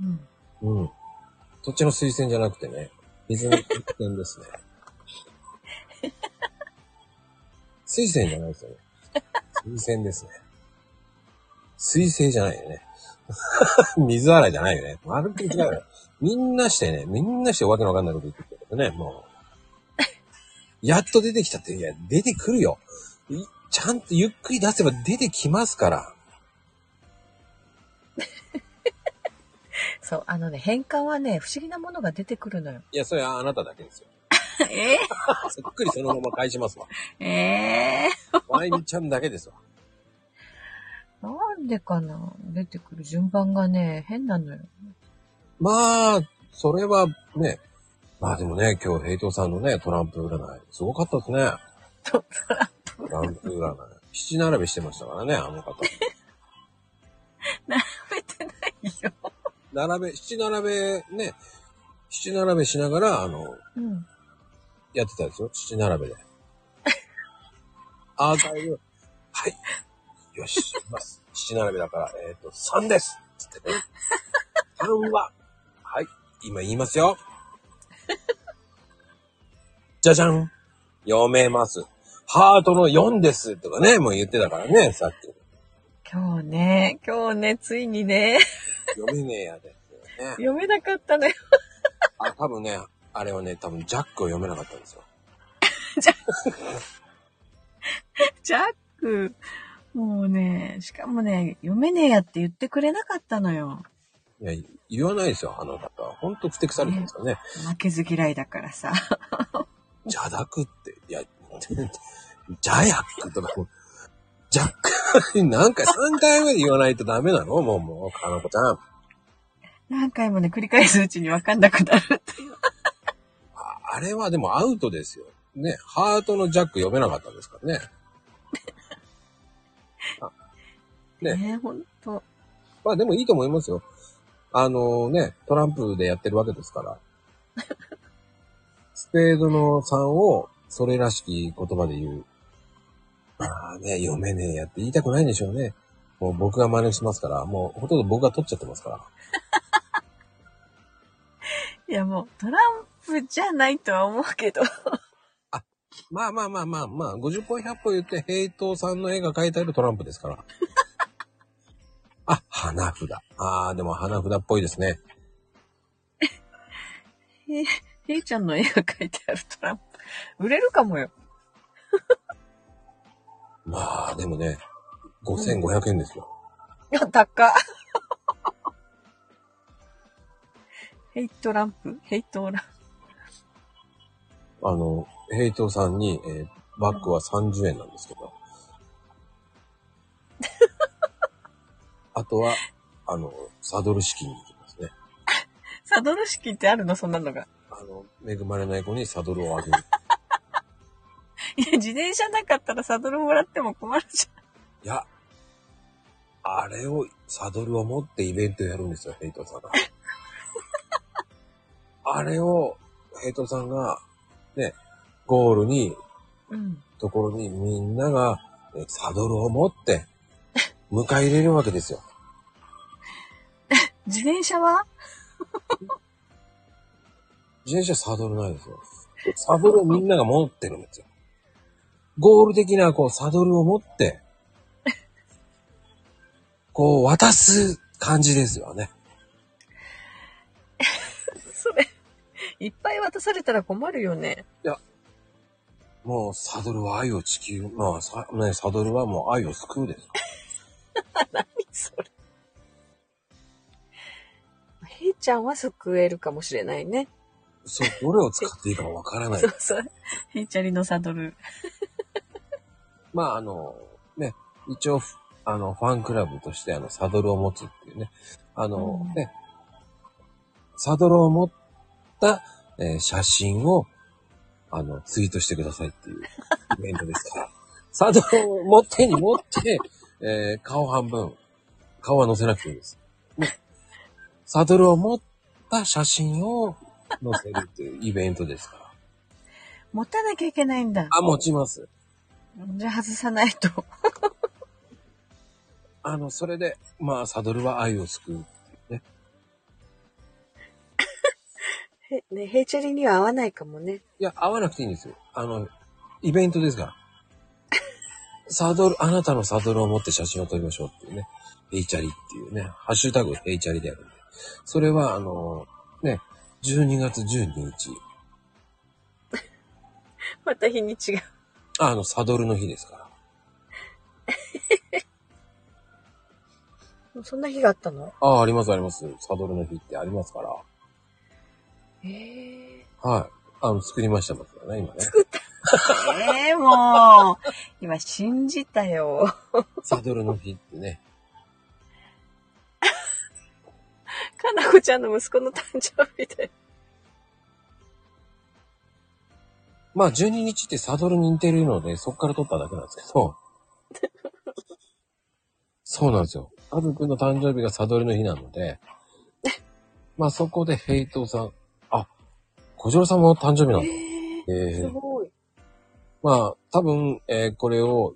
[SPEAKER 2] うん。
[SPEAKER 1] うん。そっちの水薦じゃなくてね、水の水薦ですね。 水薦じゃないですよね。水薦ですね。水星じゃないよね。 水洗いじゃないよね。まるっきり違うよね。みんなしてね、みんなしてわけのわかんないこと言ってるけどね、もう。やっと出てきたって、いや、出てくるよ。いちゃんとゆっくり出せば出てきますから。
[SPEAKER 2] そう、あのね、変換はね、不思議なものが出てくるのよ。
[SPEAKER 1] いや、それはあなただけですよ。
[SPEAKER 2] え
[SPEAKER 1] そっくりそのまま返しますわ。
[SPEAKER 2] ええ
[SPEAKER 1] まゆみちゃんだけですわ。
[SPEAKER 2] なんでかな出てくる順番がね、変なのよ。
[SPEAKER 1] まあ、それはね、まあでもね、今日、ヘイトさんのね、トランプ占い、すごかったですね。
[SPEAKER 2] トラ
[SPEAKER 1] トランプ占い。七並べしてましたからね、あの方。
[SPEAKER 2] 食べてないよ。
[SPEAKER 1] 並べ、七並べ、ね、七並べしながら、あの、
[SPEAKER 2] うん。
[SPEAKER 1] やってたんですよ。七並べで。アーカイブ、はい。よし、行きます。七並べだから、えっ、と、3ですつってね。3は、はい、今言いますよ。じゃじゃん読めます。ハートの4ですとかね、もう言ってたからね、さっき。
[SPEAKER 2] 今日ね、今日ね、ついにね、
[SPEAKER 1] 読めねえやで。ね、
[SPEAKER 2] 読めなかったのよ。
[SPEAKER 1] あ、多分ね、あれはね、多分ジャックを読めなかったんですよ。
[SPEAKER 2] ジャック。もうね、しかもね、読めねえやって言ってくれなかったのよ。
[SPEAKER 1] いや、言わないですよ、あの方は。ほんと不適されてるんですよね。
[SPEAKER 2] 負けず嫌いだからさ。
[SPEAKER 1] 邪濁って、いや、 邪ヤックとか、ジャック、なんか3回目で言わないとダメなのもう、もう、かなこちゃん。
[SPEAKER 2] 何回もね、繰り返すうちに分かんなくなるっていう。
[SPEAKER 1] ああれはでもアウトですよ。ね、ハートのジャック読めなかったんですからね。ね
[SPEAKER 2] ね、ほんと。
[SPEAKER 1] まあでもいいと思いますよ。あのね、トランプでやってるわけですから。スペードの3を、それらしき言葉で言う。まあね、読めねえやって言いたくないんでしょうね。もう僕が真似しますから、もうほとんど僕が取っちゃってますから。
[SPEAKER 2] いやもう、トランプじゃないとは思うけど。
[SPEAKER 1] まあまあまあまあまあ、50本100本言って、平等さんの絵が描いてあるトランプですから。あ、花札。ああ、でも花札っぽいですね。
[SPEAKER 2] え、れいちゃんの絵が描いてあるトランプ。売れるかもよ。
[SPEAKER 1] まあ、でもね、5500円ですよ。
[SPEAKER 2] いや、高っ。ヘイトランプヘイトラン
[SPEAKER 1] あの、平等さんに、えーバッグは30円なんですけど。あとは、あの、サドル式に行きますね。
[SPEAKER 2] プ。サドル式ってあるのそんなのが。
[SPEAKER 1] あの、恵まれない子にサドルをあげる。
[SPEAKER 2] いや、自転車なかったらサドルもらっても困るじ
[SPEAKER 1] いや、あれを、サドルを持ってイベントやるんですよ、ヘイトさんが。あれを、ヘイトさんが、ね、ゴールに、
[SPEAKER 2] ゃん。うん。
[SPEAKER 1] ところにみんなが、ねサドルを持って、迎え入れるわけですよ。
[SPEAKER 2] 自転車は
[SPEAKER 1] 自転車サドルないですよ。サドルをみんなが持ってるんですよ。ゴール的な、こう、サドルを持って、こう、渡す感じですよね。
[SPEAKER 2] それ、いっぱい渡されたら困るよね。
[SPEAKER 1] もう、サドルは愛を地球、まあ、さね、サドルはもう愛を救うです。
[SPEAKER 2] それ。ヘイちゃんは救えるかもしれないね。
[SPEAKER 1] そう、どれを使っていいかわからない
[SPEAKER 2] そ。うそう。ヘイちゃんのサドル。
[SPEAKER 1] まあ、あの、ね、一応、ふあの、ファンクラブとして、あの、サドルを持つっていうね、あの、
[SPEAKER 2] うん
[SPEAKER 1] ね、サドルを持った、えー写真を、あの、ツイートしてくださいっていうイベントです から。サドルを持ってに持って、えー顔半分、顔は載せなくていいです。ねサドルを持った写真を載せるっていうイベントですから。
[SPEAKER 2] 持たなきゃいけないんだ。
[SPEAKER 1] あ、持ちます。
[SPEAKER 2] じゃあ外さないと。
[SPEAKER 1] あの、それで、まあ、サドルは愛を救う。
[SPEAKER 3] へね、ヘイチェリには合わないかもね。
[SPEAKER 1] いや、会わなくていいんですよ。あの、イベントですから。サドル、あなたのサドルを持って写真を撮りましょうっていうね。ヘイチャリっていうね。ハッシュタグヘイチャリでやるんで。それは、あの、ね、12月12日。
[SPEAKER 3] また日にちが。
[SPEAKER 1] ああの、サドルの日ですから。
[SPEAKER 3] そんな日があったの
[SPEAKER 1] ああ、ありますあります。サドルの日ってありますから。
[SPEAKER 3] ええ
[SPEAKER 1] はい。あの、作りましたもんね、今ね。
[SPEAKER 2] ええもう。今信じたよ。
[SPEAKER 1] サドルの日ってね。
[SPEAKER 3] かなこちゃんの息子の誕生日で。
[SPEAKER 1] まあ、12日ってサドルに似てるので、そっから撮っただけなんですけど。そうなんですよ。アズくんの誕生日がサドルの日なので、まあそこでヘイトさん、あ、小次郎さんも誕生日なんだ。
[SPEAKER 3] え
[SPEAKER 1] え
[SPEAKER 3] えす
[SPEAKER 1] ー、
[SPEAKER 3] ごい。
[SPEAKER 1] まあ、多分、えーこれを、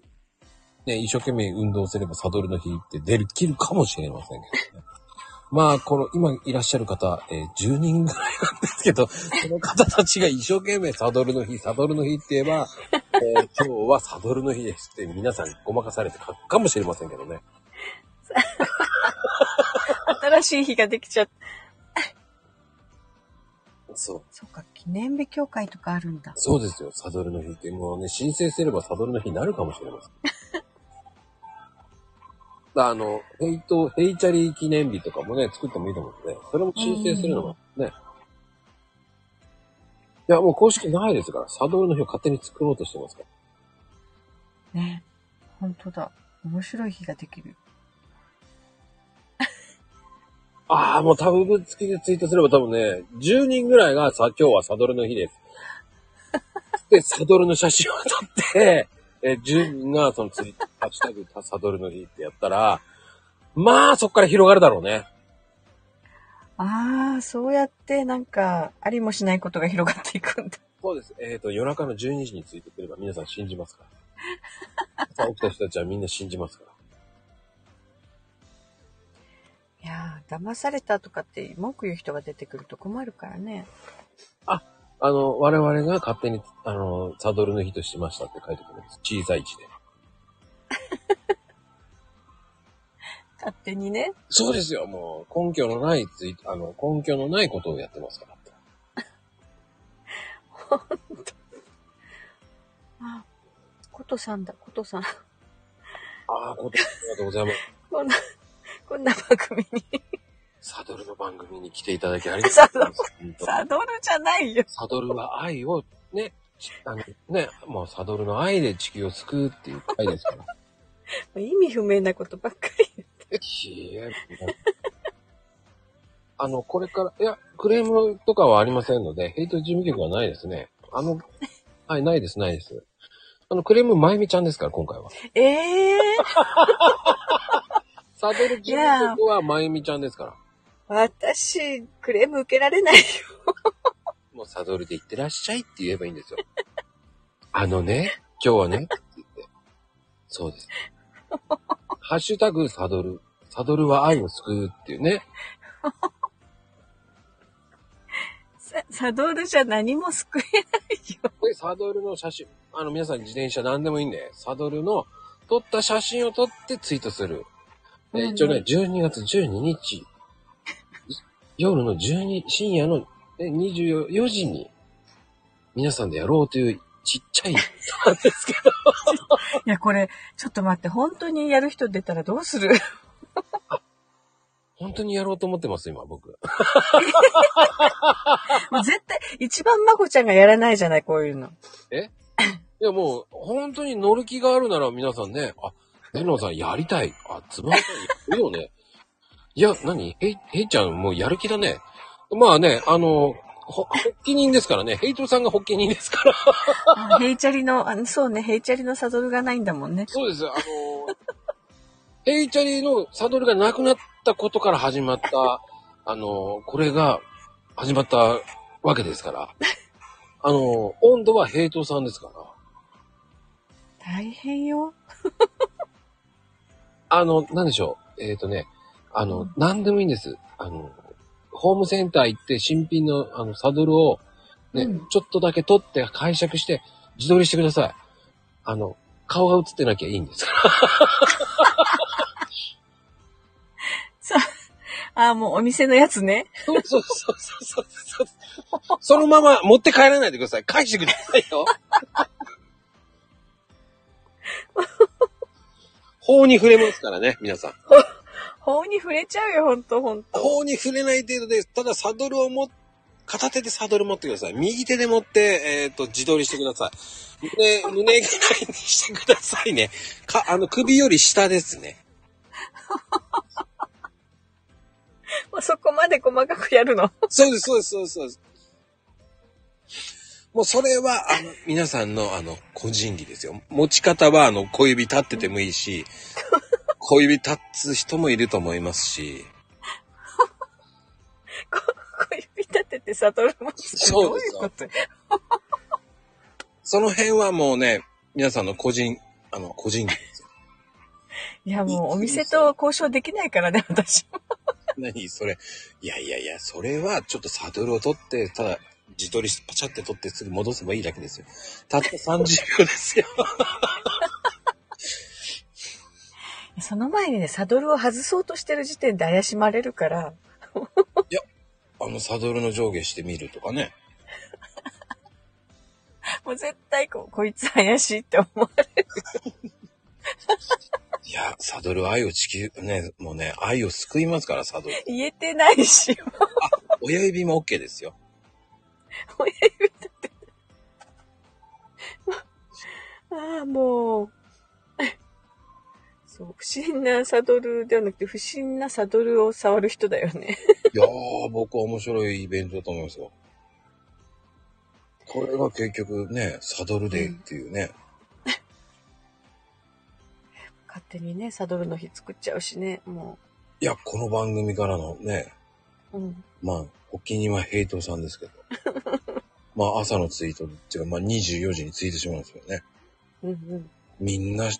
[SPEAKER 1] ね、一生懸命運動すればサドルの日って出る、切るかもしれませんけどね。 まあ、この、今いらっしゃる方、えー10人ぐらいなんですけど、 その方たちが一生懸命サドルの日、サドルの日って言えば、えー今日はサドルの日ですって皆さんごまかされて書くかもしれませんけどね。
[SPEAKER 3] 新しい日ができちゃった。
[SPEAKER 1] そう。
[SPEAKER 2] そっか、記念日協会とかあるんだ。
[SPEAKER 1] そうですよ、サドルの日って。もうね、申請すればサドルの日になるかもしれません。 あの、ヘイト、ヘイチャリー記念日とかもね、作ってもいいと思うんで、ね、それも申請するのもね。いや、もう公式ないですから、サドルの日を勝手に作ろうとしてますから。
[SPEAKER 2] ね。本当だ。面白い日ができる。
[SPEAKER 1] ああ、もうタブ付きでツイートすれば多分ね、10人ぐらいがさ、今日はサドルの日です。で、サドルの写真を撮って、え、10人がそのツイハッシュタグサドルの日ってやったら、まあ、そっから広がるだろうね。
[SPEAKER 2] ああ、そうやってなんか、ありもしないことが広がっていくんだ。
[SPEAKER 1] そうです。えっ、と、夜中の12時にツイートすれば皆さん信じますから。朝起きた人たちはみんな信じますから。
[SPEAKER 2] いやー、騙されたとかって文句言う人が出てくると困るからね。
[SPEAKER 1] あの、我々が勝手に、あの、サドルの日としましたって書いてくるんです。小さい字で。
[SPEAKER 2] 勝手にね。
[SPEAKER 1] そうですよ、もう、根拠のないツイあの、根拠のないことをやってますから。
[SPEAKER 2] あ、ことさんだ、ことさん。
[SPEAKER 1] ああ、こありがとうございます。
[SPEAKER 2] こんな、こんな番組に。
[SPEAKER 1] サドルの番組に来ていただきありがとうご ざいます。本当
[SPEAKER 2] サドルじゃないよ。
[SPEAKER 1] サドルは愛を、ね、ちあのね、もうサドルの愛で地球を救うっていう回ですから。
[SPEAKER 3] 意味不明なことばっかり。
[SPEAKER 1] いや、もうあの、これから、いや、クレームとかはありませんので、ヘイト事務局はないですね。あ の、はい、ないです、ないです。あの、クレーム、まゆみちゃんですから、今回は。
[SPEAKER 2] え え
[SPEAKER 1] サドル事務局はまゆみちゃんですから。
[SPEAKER 3] 私、クレーム受けられないよ。
[SPEAKER 1] もうサドルで行ってらっしゃいって言えばいいんですよ。 あのね、今日はね、って 言って。そうです。ハッシュタグサドル。サドルは愛を救うっていうね。
[SPEAKER 2] ササドルじゃ何も救えないよ。
[SPEAKER 1] で、サドルの写真。あの、皆さん自転車何でもいいんで、サドルの撮った写真を撮ってツイートする。で
[SPEAKER 2] うんうん
[SPEAKER 1] 一応ね、12月12日、夜の12、深夜のね24時に、皆さんでやろうというちっちゃい、なんですけど。
[SPEAKER 2] いや、これ、ちょっと待って、本当にやる人出たらどうする
[SPEAKER 1] 本当にやろうと思ってます、今、僕。
[SPEAKER 2] もう絶対、一番まこちゃんがやらないじゃない、こういうの。
[SPEAKER 1] えいや、もう、本当に乗る気があるなら皆さんね、あ、ねのさんやりたい。あ、つばさんやるよね。 いや、なにへい、へいちゃんもうやる気だね。まあね、あの、ほ、発起人ですからね。ヘイトさんが発起人ですから。
[SPEAKER 2] あヘイチャリの、あの、そうね、ヘイチャリのサドルがないんだもんね。
[SPEAKER 1] そうです。あの、ヘイチャリのサドルがなくなったことから始まった、あの、これが始まったわけですから。あの、温度はヘイトさんですから。
[SPEAKER 2] 大変よ。
[SPEAKER 1] あの、なんでしょう。えっ、とね、あ
[SPEAKER 2] う
[SPEAKER 1] の
[SPEAKER 2] ん、
[SPEAKER 1] なんでもいいんです。あの、ホームセンター行って新品のあのサドルを、ね、
[SPEAKER 2] うん
[SPEAKER 1] ちょっとだけ取って解釈して自撮りしてください。あの、顔が映ってなきゃいいんですから。
[SPEAKER 2] あ、もうお店のやつね。
[SPEAKER 1] そうそうそうそうそうそう。そのまま持って帰らないでください。返してくださいよ。 法に触れますからね、皆さん。
[SPEAKER 3] 法に触れちゃうよ、ほんと、ほんと。
[SPEAKER 1] 法に触れない程度で、ただサドルをも、片手でサドル持ってください。右手で持って、えっ、と、自撮りしてください。胸、胸ぐらいにしてくださいね。か、あの、首より下ですね。
[SPEAKER 3] もうそこまで細かくやる の。
[SPEAKER 1] そうです、そうです、そうです、そうです。もうそれは、あの、皆さんの、あの、個人技ですよ。持ち方は、あの、小指立っててもいいし、小指立つ人もいると思いますし。
[SPEAKER 3] こう指立てて悟るもん。
[SPEAKER 1] そうですよ
[SPEAKER 3] どういうこと
[SPEAKER 1] その辺はもうね、皆さんの個人、あの、個人技です よ。
[SPEAKER 2] いや、もうお店と交渉できないからね、私も。
[SPEAKER 1] 何それ。いやいやいや、それはちょっとサドルを取って、ただ、自撮りしパチャって取ってすぐ戻せばいいだけですよ。たった30秒ですよ。
[SPEAKER 2] その前にね、サドルを外そうとしてる時点で怪しまれるから、
[SPEAKER 1] あの、サドルの上下してみるとかね。
[SPEAKER 2] もう絶対こうこいつ怪しいって思う。
[SPEAKER 1] いや、サドルは愛を地球、ね、もうね、愛を救いますから、サドル。
[SPEAKER 2] 言えてないし、
[SPEAKER 1] 親指も OK ですよ。
[SPEAKER 3] 親指立てて。ああ、もう。 そう、不審なサドルではなくて、不審なサドルを触る人だよね。
[SPEAKER 1] いやー、僕は面白いイベントだと思いますよ。これが結局ね、サドルデーっていうね。
[SPEAKER 3] 勝手にね、サドルの日作っちゃうしね、も
[SPEAKER 1] いや、この番組からのね、
[SPEAKER 3] う。うん。
[SPEAKER 1] まあ、お気にはヘイトさんですけど。まあ、朝のツイートっていうか、まあ、24時にツイートしてもらうんですよね。
[SPEAKER 3] うんうん。
[SPEAKER 1] みんな、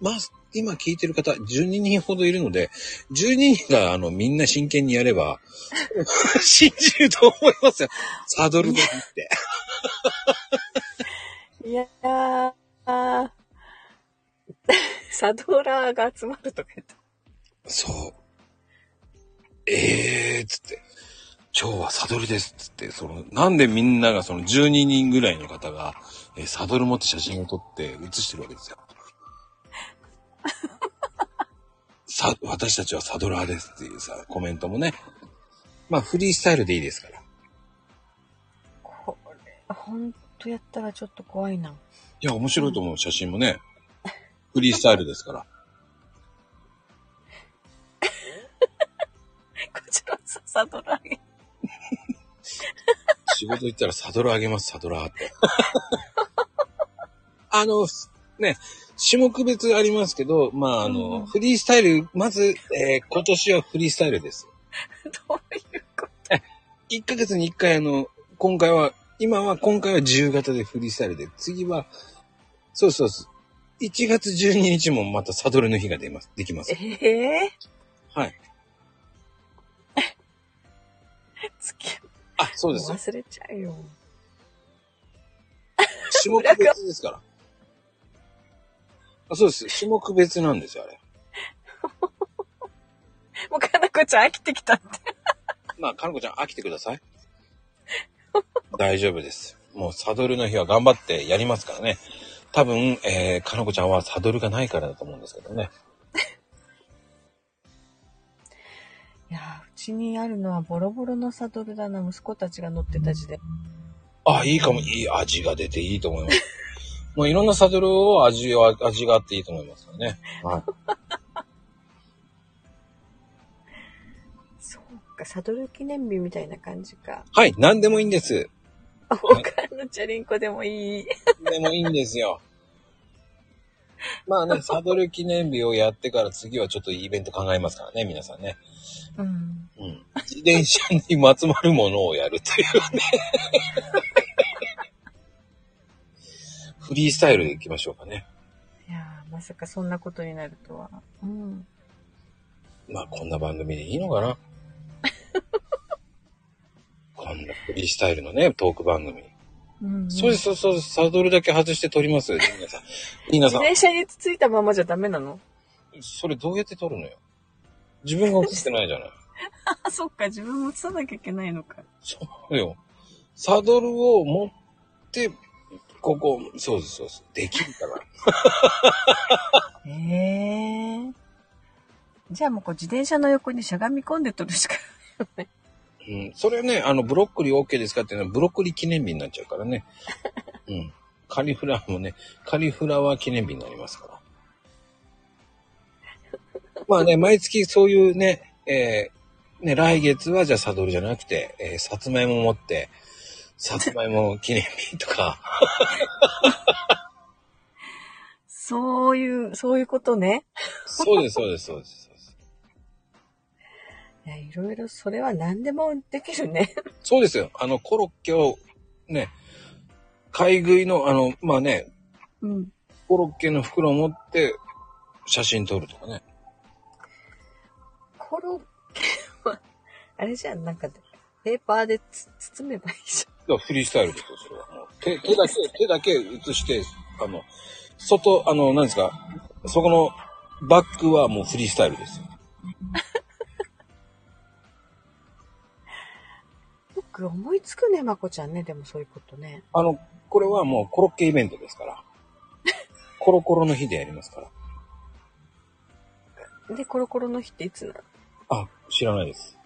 [SPEAKER 1] まあ、今聞いてる方、12人ほどいるので、12人が、あの、みんな真剣にやれば、信じると思いますよ。サドルでって。
[SPEAKER 3] いやー、あーサドラーが集まるとか言った。
[SPEAKER 1] そう。ええー、つって。今日はサドルです。つって、その、なんでみんながその12人ぐらいの方が、えーサドル持って写真を撮って写してるわけですよ。 さ、私たちはサドラーですっていうさ、コメントもね。まあ、フリースタイルでいいですから。い
[SPEAKER 2] これ、ほんとやったらちょっと怖いな。
[SPEAKER 1] や、面白いと思う、写真もね。フリースタイルですから。
[SPEAKER 3] こちらさ、サドラーが
[SPEAKER 1] 仕事行ったらサドルあげます、サドラーって。 あの、ね、種目別ありますけど、まあ、あの、
[SPEAKER 2] うん
[SPEAKER 1] フリースタイル、まず、えー今年はフリースタイルです。
[SPEAKER 3] どういうこ
[SPEAKER 1] 1ヶ月に1回、あの、今回は、今は、今回は自由形でフリースタイルで、次は、そうそうそう。1月12日もまたサドルの日が出ます、できま
[SPEAKER 3] と
[SPEAKER 1] す。
[SPEAKER 3] ええ
[SPEAKER 1] はい。
[SPEAKER 3] ー、付き
[SPEAKER 1] あ、そう
[SPEAKER 3] 合い
[SPEAKER 1] です。
[SPEAKER 3] 忘れちゃうよ。
[SPEAKER 1] 種目別ですから。あそうです。種目別なんですよ、あれ。
[SPEAKER 3] もうかなこちゃん飽きてきたって。
[SPEAKER 1] まあ、かのこちゃん飽きてください。 大丈夫です。もうサドルの日は頑張ってやりますからね。多分、えー、かのこちゃんはサドルがないからだと思うんですけどね。
[SPEAKER 2] いや、うちにあるのはボロボロのサドルだな、息子たちが乗ってた時代。
[SPEAKER 1] あ、いいかも。いい味が出ていいと思います。もういろんなサドルを味を、味があっていいと思いますよね。はい。
[SPEAKER 2] そうか、サドル記念日みたいな感じか。
[SPEAKER 1] はい、何でもいいんです。
[SPEAKER 2] あ、他のチャリンコでもいい。
[SPEAKER 1] でもいいんですよ。まあね、サドル記念日をやってから次はちょっとイベント考えますからね、皆さんね。
[SPEAKER 4] うん。
[SPEAKER 1] うん。自転車にまつまるものをやるというね。フリースタイルでいきましょうかね。
[SPEAKER 4] いやーまさかそんなことになるとは。
[SPEAKER 2] うん。
[SPEAKER 1] まあこんな番組でいいのかな。こんなフリースタイルのね、トーク番組。
[SPEAKER 4] うん
[SPEAKER 1] そうです、そうです、サドルだけ外して撮りますよ、皆さん。皆
[SPEAKER 2] 自
[SPEAKER 1] さん、
[SPEAKER 2] 転車につついたままじゃダメなの
[SPEAKER 1] それどうやって撮るのよ。自分が映ってないじゃない。
[SPEAKER 4] あ、そっか、自分も映さなきゃいけないのか。
[SPEAKER 1] そうよ。サドルを持って、ここ、そうです、そうです。できるか
[SPEAKER 4] へ
[SPEAKER 1] ら。
[SPEAKER 4] えー。じゃあもうこう自転車の横にしゃがみ込んで撮る しか。
[SPEAKER 1] うん。それね、あの、ブロッコリー OK ですかっていうのは、ブロッコリー記念日になっちゃうから ね。うん。カリフラワーもね、カリフラワー記念日になります から。まあね、毎月そういうね、えーね、来月はじゃあサドルじゃなくて、えー、さつまいも持って、さつまいも記念日と か、
[SPEAKER 4] そういう、そういうことね。
[SPEAKER 1] そうです、そうです、そうです。そうです
[SPEAKER 2] いや、いろいろ、それは何でもできるね。
[SPEAKER 1] そうですよ。あの、コロッケを、ね、買い食いの、あの、まあね、
[SPEAKER 2] うん。
[SPEAKER 1] コロッケの袋を持って写真撮るとかね。
[SPEAKER 2] コロッケは、あれじゃん、なんか、ペーパーでつ包めばいいじ
[SPEAKER 1] だからフリースタイルですよ、それはもう。手、手だけ、手だけ写して、あの、外、あの、何ですか、そこのバッグはもうフリースタイルですよ。
[SPEAKER 2] ゃん。よく思いつくね、まこちゃんね。でもそういうことね。
[SPEAKER 1] あの、これはもうコロッケイベントですから。 コロコロの日でやりますから。
[SPEAKER 2] で、コロコロの日っていつなの
[SPEAKER 1] あ、知らないです。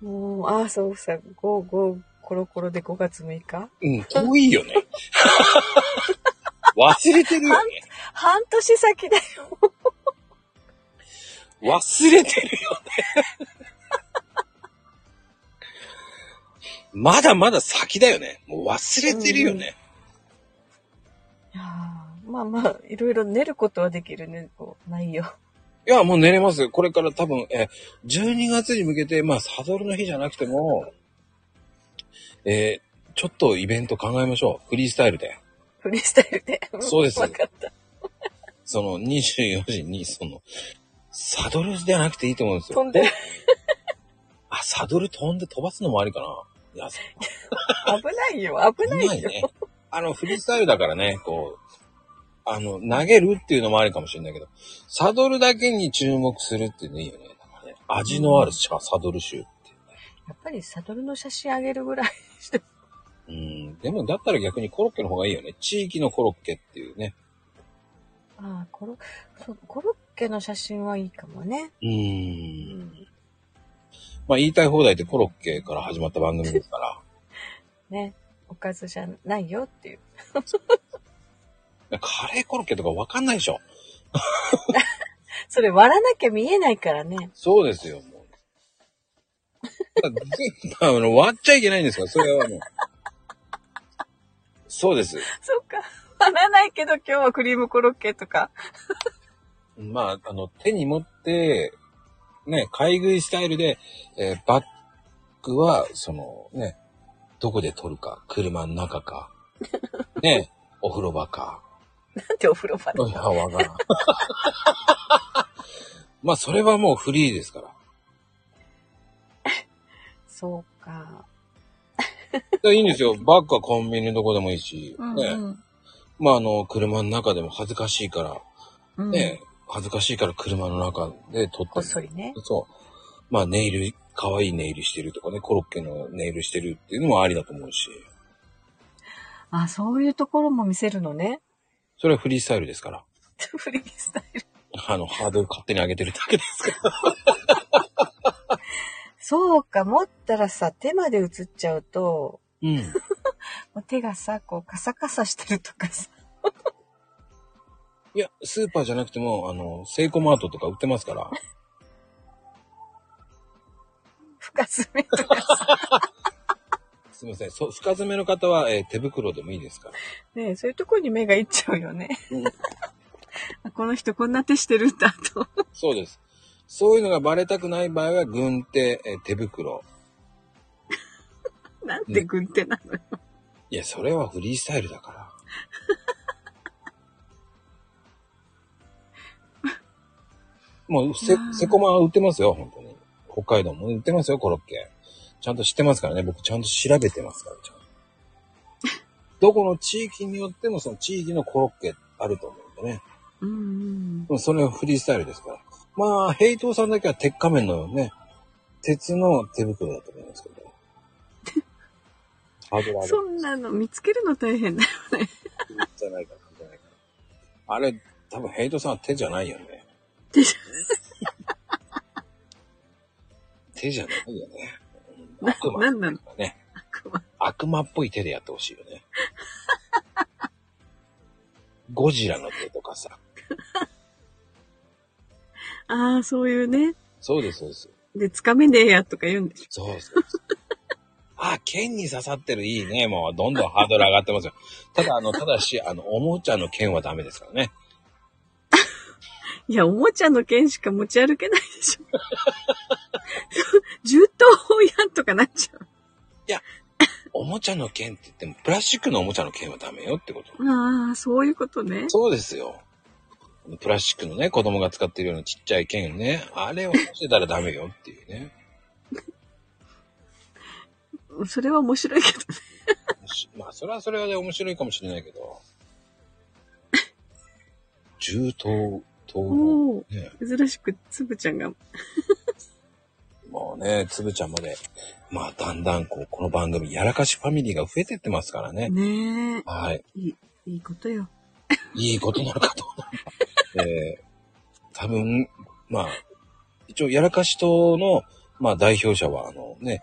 [SPEAKER 2] もう、ああ、そうさ、5、5、コロコロで5月6日
[SPEAKER 1] うん、遠いよね。忘れてるよね。
[SPEAKER 2] 半年先だよ。
[SPEAKER 1] 忘れてるよね。まだまだ先だよね。もう忘れてるよね。
[SPEAKER 2] いやーまあまあ、いろいろ練ることはできるね、こう、内容。
[SPEAKER 1] いや、もう寝れますよ。これから多分、えー、12月に向けて、まあ、サドルの日じゃなくても、えーちょっとイベント考えましょう。フリースタイルで。
[SPEAKER 2] フリースタイルで。
[SPEAKER 1] そうです
[SPEAKER 2] わかった。
[SPEAKER 1] その、24時に、その、サドルじゃなくていいと思うんですよ。
[SPEAKER 2] 飛んでる。
[SPEAKER 1] あ、サドル飛んで飛ばすのもありかな。いや、
[SPEAKER 2] 危ないよ、危な
[SPEAKER 1] うま
[SPEAKER 2] い
[SPEAKER 1] い
[SPEAKER 2] よ。
[SPEAKER 1] ね。あの、フリースタイルだからね、こう、あの、投げるっていうのもあるかもしれないけど、サドルだけに注目するっていうのいいよね。だからね味のあるササドル集って
[SPEAKER 2] やっぱりサドルの写真あげるぐらいして。
[SPEAKER 1] いうね。うん。でも、だったら逆にコロッケの方がいいよね。地域のコロッケっていうね。
[SPEAKER 2] ああ、コロ、そう、コロッケの写真はいいかもね。
[SPEAKER 1] う。
[SPEAKER 2] うんん。
[SPEAKER 1] まあ、言いたい放題ってコロッケから始まった番組ですから。
[SPEAKER 2] ね。おかずじゃないよっていう。
[SPEAKER 1] カレーコロッケとかわかんないでしょ。
[SPEAKER 2] それ割らなきゃ見えないからね。
[SPEAKER 1] そうですよ、も う。だからあの割っちゃいけないんですから、それはもう。そうです。
[SPEAKER 2] そっか。割らないけど今日はクリームコロッケとか。
[SPEAKER 1] まあ、あの、手に持って、ね、買い食いスタイルで、えーバッグは、そのね、どこで取るか、車の 中か、ね、お風呂場か、
[SPEAKER 2] なんてお風呂場で。
[SPEAKER 1] いや、わからん。 まあ、それはもうフリーですから。
[SPEAKER 2] そうか。
[SPEAKER 1] だからいいんですよ。バッグはコンビニのとこでもいいし、
[SPEAKER 4] うん、
[SPEAKER 1] ね、
[SPEAKER 4] うん
[SPEAKER 1] まあ、あの、車の中でも恥ずかしいか
[SPEAKER 4] うん。
[SPEAKER 1] ら、ね、恥ずかしいから車の中で撮った
[SPEAKER 2] こっ
[SPEAKER 1] り
[SPEAKER 2] そりね。
[SPEAKER 1] そう。まあ、ネイル、可愛いネイルしてるとかね、コロッケのネイルしてるっていうのもありだと思うし、
[SPEAKER 4] あ、そういうところも見せるの ね。
[SPEAKER 1] それはフリースタイルですから。
[SPEAKER 4] フリースタイル。
[SPEAKER 1] あの、ハードル勝手に上げてるだけですから。
[SPEAKER 2] そうか、も
[SPEAKER 3] 持ったらさ、手まで映っちゃうと、
[SPEAKER 1] うん。
[SPEAKER 2] う手がさ、こう、カサカサしてるとかさ。
[SPEAKER 1] いや、スーパーじゃなくても、あの、セイコマートとか売ってますから。
[SPEAKER 2] 深爪とかさ。
[SPEAKER 1] すみません。そ深爪の方は、えー手袋でもいいですから。
[SPEAKER 2] ねえそういうとこに目がいっちゃうよね。
[SPEAKER 1] うん
[SPEAKER 2] あこの人こんな手してるんだと。
[SPEAKER 1] そうです。そういうのがバレたくない場合は、軍手、えー手袋。
[SPEAKER 2] なんて軍手なのよ。
[SPEAKER 1] いや、それはフリースタイルだから。 もう、せ
[SPEAKER 2] あ、ー
[SPEAKER 1] セコマは売ってますよ、本当に。北海道も売ってますよ、コロッケ。ちゃんと知ってますからね。僕、ちゃんと調べてますから、ちゃんと。どこの地域によっても、その地域のコロッケあると思うんでね。
[SPEAKER 2] うんうん。
[SPEAKER 1] うんそれはフリースタイルですから。まあ、ヘイトさんだけは鉄仮面のね、鉄の手袋だと思いますけど。ハードル上げ
[SPEAKER 2] そんなの見つけるの大変だよね。
[SPEAKER 1] じゃないかな、じゃないかな。あれ、多分ヘイトさんは手じゃないよね。
[SPEAKER 2] 手じ
[SPEAKER 1] 手じゃないよね。
[SPEAKER 2] な
[SPEAKER 1] 悪魔
[SPEAKER 2] なんなの
[SPEAKER 1] ね。
[SPEAKER 2] 悪魔。
[SPEAKER 1] 悪魔っぽい手でやってほしいよね。ゴジラの手とかさ。
[SPEAKER 2] ああ、そういうね。
[SPEAKER 1] そうです、そうです。
[SPEAKER 2] で、つかめねえやとか言うんでしょ。
[SPEAKER 1] そうそうそう。あ、剣に刺さってるいいね。もう、どんどんハードル上がってますよ。ただ、あの、ただし、あの、おもちゃの剣はダメですからね。
[SPEAKER 2] いや、おもちゃの剣しか持ち歩けないでしょ。 銃刀法違反とかなっちゃう。
[SPEAKER 1] おもちゃの剣って言っても、プラスチックのおもちゃの剣はダメよってこと。
[SPEAKER 2] ああ、そういうことね。
[SPEAKER 1] そうですよ。プラスチックのね、子供が使ってるようなちっちゃい剣ね。あれを持ってたらダメよっていうね。
[SPEAKER 2] それは面白いけど。
[SPEAKER 1] しまあ、それはそれはね、面白いかもしれないけど。銃刀、刀法。
[SPEAKER 2] おお
[SPEAKER 1] ね。
[SPEAKER 2] ー、珍しく、つぶちゃんが。
[SPEAKER 1] もうね、つぶちゃんまで、まあ、だんだん、こう、この番組、やらかしファミリーが増えてってますからね。
[SPEAKER 2] ね
[SPEAKER 1] はい。
[SPEAKER 2] え。いい、いいことよ。
[SPEAKER 1] いいことなのかと。 えー、多分、まあ、一応、やらかし党の、まあ、代表者は、あのね、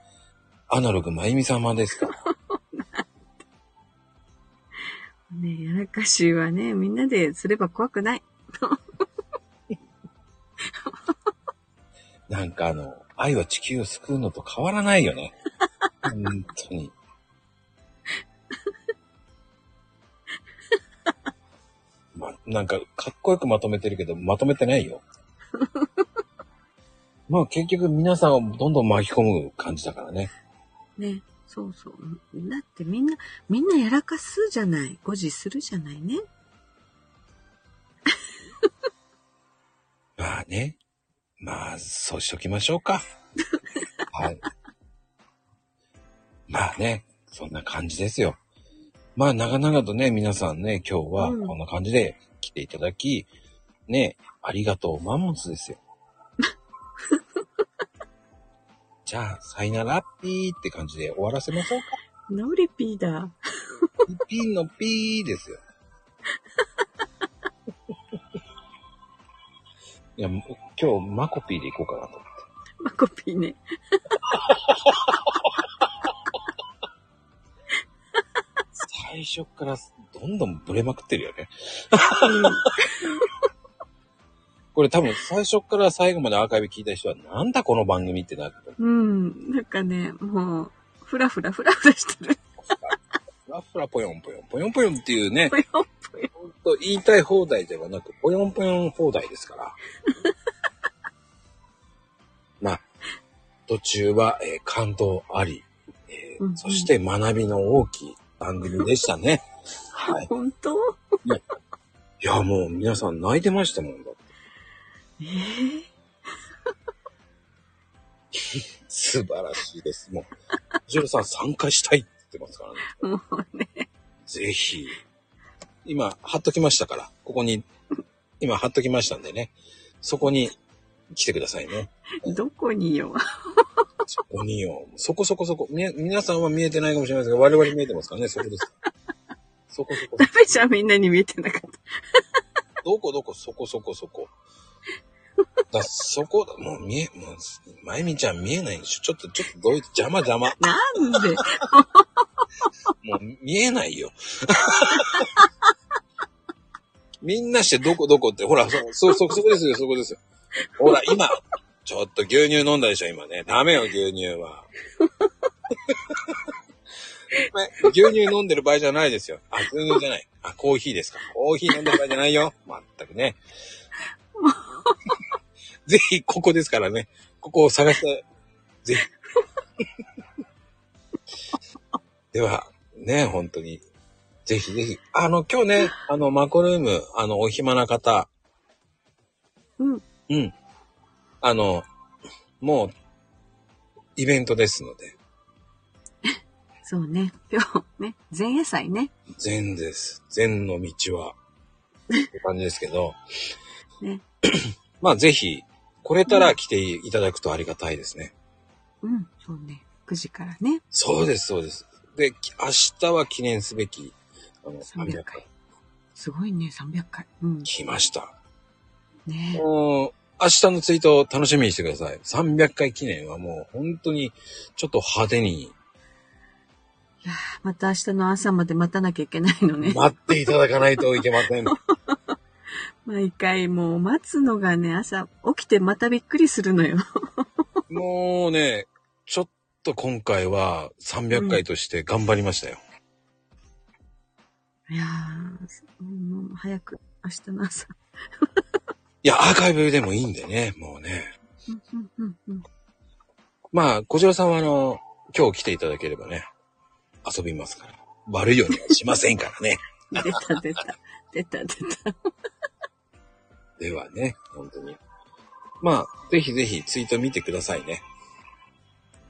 [SPEAKER 1] アナログまゆみ様ですから。
[SPEAKER 2] ねえ、やらかしはね、みんなですれば怖くない。
[SPEAKER 1] なんかあの、愛は地球を救うのと変わらないよね。本当に。 まあ、なんか、かっこよくまとめてるけど、まとめてない よ。まあ、結局皆さんをどんどん巻き込む感じだからね。
[SPEAKER 2] ねえ。そうそう。だってみんな、みんなやらかすじゃない。誤字するじゃないね。
[SPEAKER 1] まあね。まあ、そうしときましょう か。はい。まあね、そんな感じですよ。まあ、長々とね、皆さんね、今日は
[SPEAKER 2] うん
[SPEAKER 1] こんな感じで来ていただき、ね、ありがとうマモンスです よ。じゃあ、さよならピーって感じで終わらせましょうか。
[SPEAKER 2] ノリピーだ。
[SPEAKER 1] ピンのピー ですよ。いや、もう今日、マコピーで行こうかなと思って。
[SPEAKER 2] マコピーね。
[SPEAKER 1] 最初からどんどんブレまくってるよね。これ多分最初から最後までアーカイブ聞いた人はなんだこの番組ってなると思う。
[SPEAKER 2] うん。なんかね、もう、ふらふらふらふらしてる。
[SPEAKER 1] ふらふらぽよんぽよんぽよんぽよんっていうね、
[SPEAKER 2] ぽよんぽよん
[SPEAKER 1] ほんと言いたい放題ではなく、ぽよんぽよん放題ですから。 まあ、途中は、えー感動あり、えー
[SPEAKER 2] うんうん
[SPEAKER 1] そして学びの大きい番組でした ね。はい。
[SPEAKER 2] 本当
[SPEAKER 1] いや、もう皆さん泣いてましたもんだって。
[SPEAKER 2] ええ
[SPEAKER 1] 素晴らしいです。もう、ジロさん参加したいって言ってますからね。
[SPEAKER 2] もうね。
[SPEAKER 1] ぜひ。今、貼っときましたから、ここに、今貼っときましたんでね。そこに来てくださいね。
[SPEAKER 2] どこによ。
[SPEAKER 1] そこによ。そこそこそこ。み、皆さんは見えてないかもしれないですが、我々見えてますからね、そこです。そこそこ
[SPEAKER 2] ダ。メじゃん、みんなに見えてなかっ
[SPEAKER 1] どこどこそこそこそこ。だそこ、もう見え、もう、まゆみちゃん見えないんでしょちょっと、ちょっとどういう、邪魔邪魔。
[SPEAKER 5] なんで
[SPEAKER 1] もう見えないよ。 みんなしてどこどこって、ほら、そ、そ、そ、そこですよ、そこですよ。ほら、今、ちょっと牛乳飲んだでしょ、今ね。ダメよ、牛乳は。 ごめん牛乳飲んでる場合じゃないですよ。あ、牛乳じゃない。あ、コーヒーですか。コーヒー飲んでる場合じゃないよ。まったくね。ぜひ、ここですからね。ここを探して、ぜひ。では、ね、本当に。ぜひぜひ。あの、今日ね、あの、マコルーム、あの、お暇な方。
[SPEAKER 2] うん。
[SPEAKER 1] うん。あの、もう、イベントですので。
[SPEAKER 2] そうね。今日ね、前夜祭ね。
[SPEAKER 1] 善です。善の道は。って感じですけど。
[SPEAKER 2] ね
[SPEAKER 1] まあ、ぜひ、来れたら来ていただくとありがたいですね。
[SPEAKER 2] うん、そうね。9時からね。
[SPEAKER 1] そうです、そうです。で、き明日は記念すべき、あの、
[SPEAKER 2] 300
[SPEAKER 1] 300
[SPEAKER 2] 回
[SPEAKER 1] 回。
[SPEAKER 2] すごいね、300回。うん。
[SPEAKER 1] 来ました。
[SPEAKER 2] ね
[SPEAKER 1] もう、明日のツイートを楽しみにしてください。300回記念はもう本当にちょっと派手に
[SPEAKER 2] いやーまた明日の朝まで待たなきゃいけないのね。
[SPEAKER 1] 待っていただかないといけません。
[SPEAKER 2] 毎回もう待つのがね、朝起きてまたびっくりするのよ。
[SPEAKER 1] もうね、ちょっと今回は300回として頑張りましたよ。
[SPEAKER 2] いやー、もう早く明日 の朝。
[SPEAKER 1] いや、アーカイブでもいいんでね、もうね。
[SPEAKER 2] うんうんうんうん。
[SPEAKER 1] まあ、小次郎さんはあの、今日来ていただければね、遊びますから。悪いようにはしませんからね。
[SPEAKER 2] 出た出た。出た出た。
[SPEAKER 1] ではね、本当に。まあ、ぜひぜひツイート見てくださいね。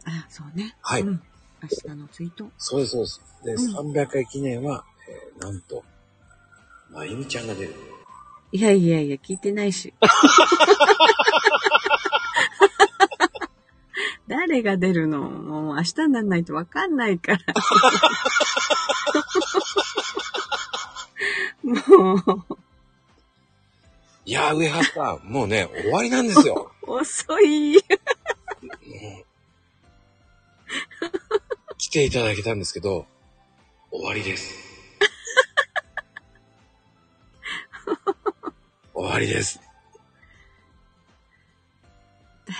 [SPEAKER 2] あ、そうね。
[SPEAKER 1] はい
[SPEAKER 2] うん。明日のツイート。
[SPEAKER 1] そうです、そうです。で、
[SPEAKER 2] う
[SPEAKER 1] 300回記念は、えーなんと、まゆみちゃんが出る。
[SPEAKER 2] いやいやいや、聞いてないし。誰が出るのもう明日にならないとわかんないから。もう、
[SPEAKER 1] いやー、上原さん、もうね、終わりなんですよ。
[SPEAKER 2] 遅い。
[SPEAKER 1] もう来ていただけたんですけど、終わりです。終わりです。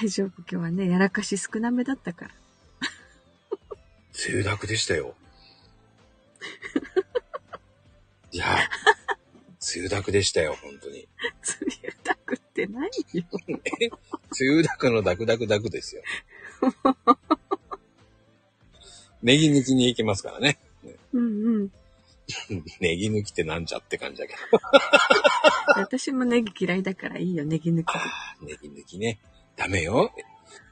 [SPEAKER 2] 大丈夫、今日はね、やらかし少なめだったから。
[SPEAKER 1] 通学でしたよ。いやー、通学でしたよ、本当に。
[SPEAKER 2] 釣りたくって何よ。
[SPEAKER 1] つゆだくのダクダクダク ですよ。ネギ抜きに行きますからね。
[SPEAKER 2] うんうん。
[SPEAKER 1] ネギ抜きってなんじゃって感じだけ
[SPEAKER 2] 私もネギ嫌いだからいいよ、ネギ抜き。
[SPEAKER 1] ど。ネギ抜きね。ダメよ。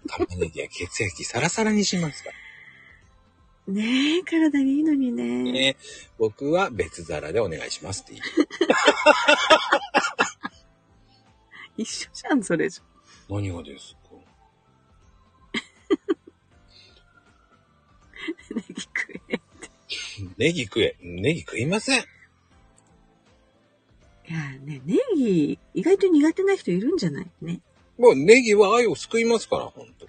[SPEAKER 1] 玉ねぎは血液サラサラにしますから
[SPEAKER 2] ねえ、体にいいのにね。
[SPEAKER 1] ね。僕は別皿でお願いしますって言う。
[SPEAKER 2] 一緒じゃん、それじ
[SPEAKER 1] 何がですか
[SPEAKER 2] ゃ。ネギ食え。
[SPEAKER 1] ネギ食え。ネギ食いません。
[SPEAKER 2] いやね、ネギ、意外と苦手な人いるんじゃないね。
[SPEAKER 1] もうネギは愛を救いますから、本当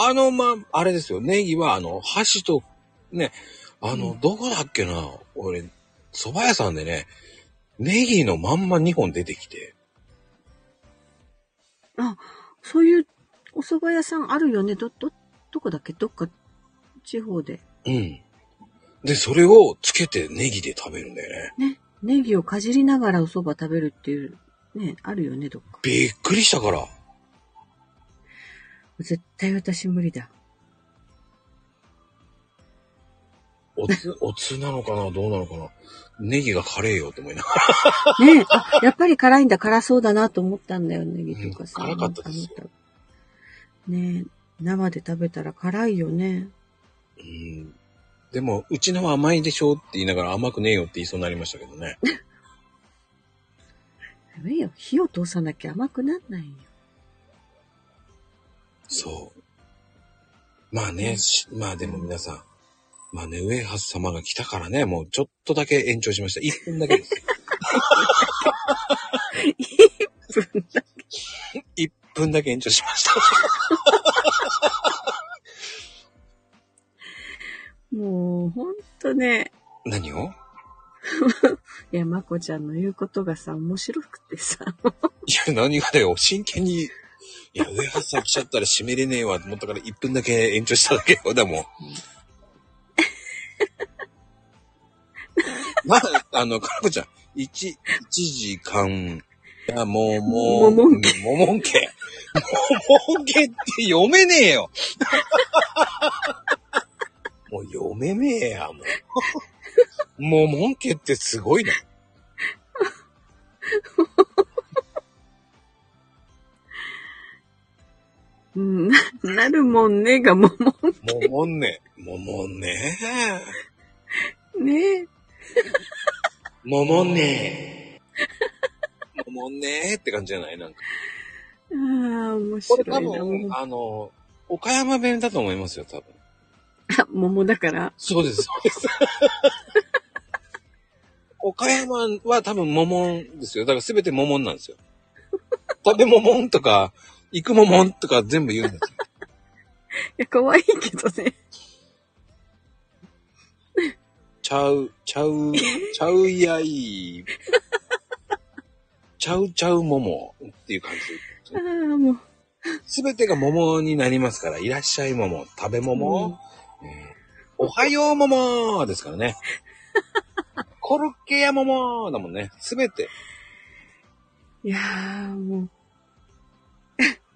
[SPEAKER 1] あの、ま、あれですよ、ネギはあの、箸と、ね、あの、どこだっけな、俺、蕎麦屋さんでね、ネギのまんま2本出てきて、
[SPEAKER 2] そういうお蕎麦屋さんあるよね。ど、ど、どこだっけどっか地方で。
[SPEAKER 1] うん。で、それをつけてネギで食べるんだよね。
[SPEAKER 2] ネギをかじりながらお蕎麦食べるっていう、ね、あるよね、どっか。
[SPEAKER 1] びっくりしたから。
[SPEAKER 2] 絶対私無理だ。
[SPEAKER 1] おつ、おつなのかなどうなのかなネギがカレーよって思いながら。
[SPEAKER 2] ねえ、あ、やっぱり辛いんだ、辛そうだなと思ったんだよ、ネギとかさ。
[SPEAKER 1] うん辛かったですよ
[SPEAKER 2] あのねえ、生で食べたら辛いよね。
[SPEAKER 1] うん。でも、うちのは甘いでしょって言いながら甘くねえよって言いそうになりましたけどね。
[SPEAKER 2] ダメよ、火を通さなきゃ甘くなんない よ。
[SPEAKER 1] そう。まあね、しまあでも皆さん、まあね、上橋様が来たからね、もうちょっとだけ延長しました。1分だけです。
[SPEAKER 2] 一分だ。
[SPEAKER 1] 1分だけ延長しました。
[SPEAKER 2] もう、ほんとね。
[SPEAKER 1] 何を
[SPEAKER 2] いや、まこちゃんの言うことがさ、面白くてさ。
[SPEAKER 1] いや、何がだよ、真剣に。いや、上原さん来ちゃったら締めれねえわと思ったから1分だけ延長しただけよ、だもん。まあ、あの、かなこちゃん、1、一時間、いや、もう、もう、
[SPEAKER 2] ももん
[SPEAKER 1] け。ももんけ。ももんけって読めねえよ。もう読めねえや、もう。ももんけってすごいな。
[SPEAKER 2] うん、ななるもんねがもも
[SPEAKER 1] ももんね。ももんね。
[SPEAKER 2] んね。
[SPEAKER 1] ももんねー。ももんねーって感じじゃないなんか。
[SPEAKER 2] ああ、面
[SPEAKER 1] これ
[SPEAKER 2] 白
[SPEAKER 1] 多
[SPEAKER 2] い
[SPEAKER 1] 分、
[SPEAKER 2] な。
[SPEAKER 1] あの、岡山弁だと思いますよ、多分。
[SPEAKER 2] あ、桃だから。
[SPEAKER 1] そうです、そうです。岡山は多分、ももんですよ。だから全てももんなんですよ。食べももんとか、行くももんとか全部言うんですよ。
[SPEAKER 2] いや、可愛いけどね。
[SPEAKER 1] ちゃう、ちゃう、ちゃうやい。ちゃうちゃうももっていう感じで
[SPEAKER 2] ああ、もう。
[SPEAKER 1] すべてが桃になりますから、いらっしゃい桃、食べ桃、えーおはよう桃ですからね。 コロッケや桃だもんね。すべて、
[SPEAKER 2] いやー、も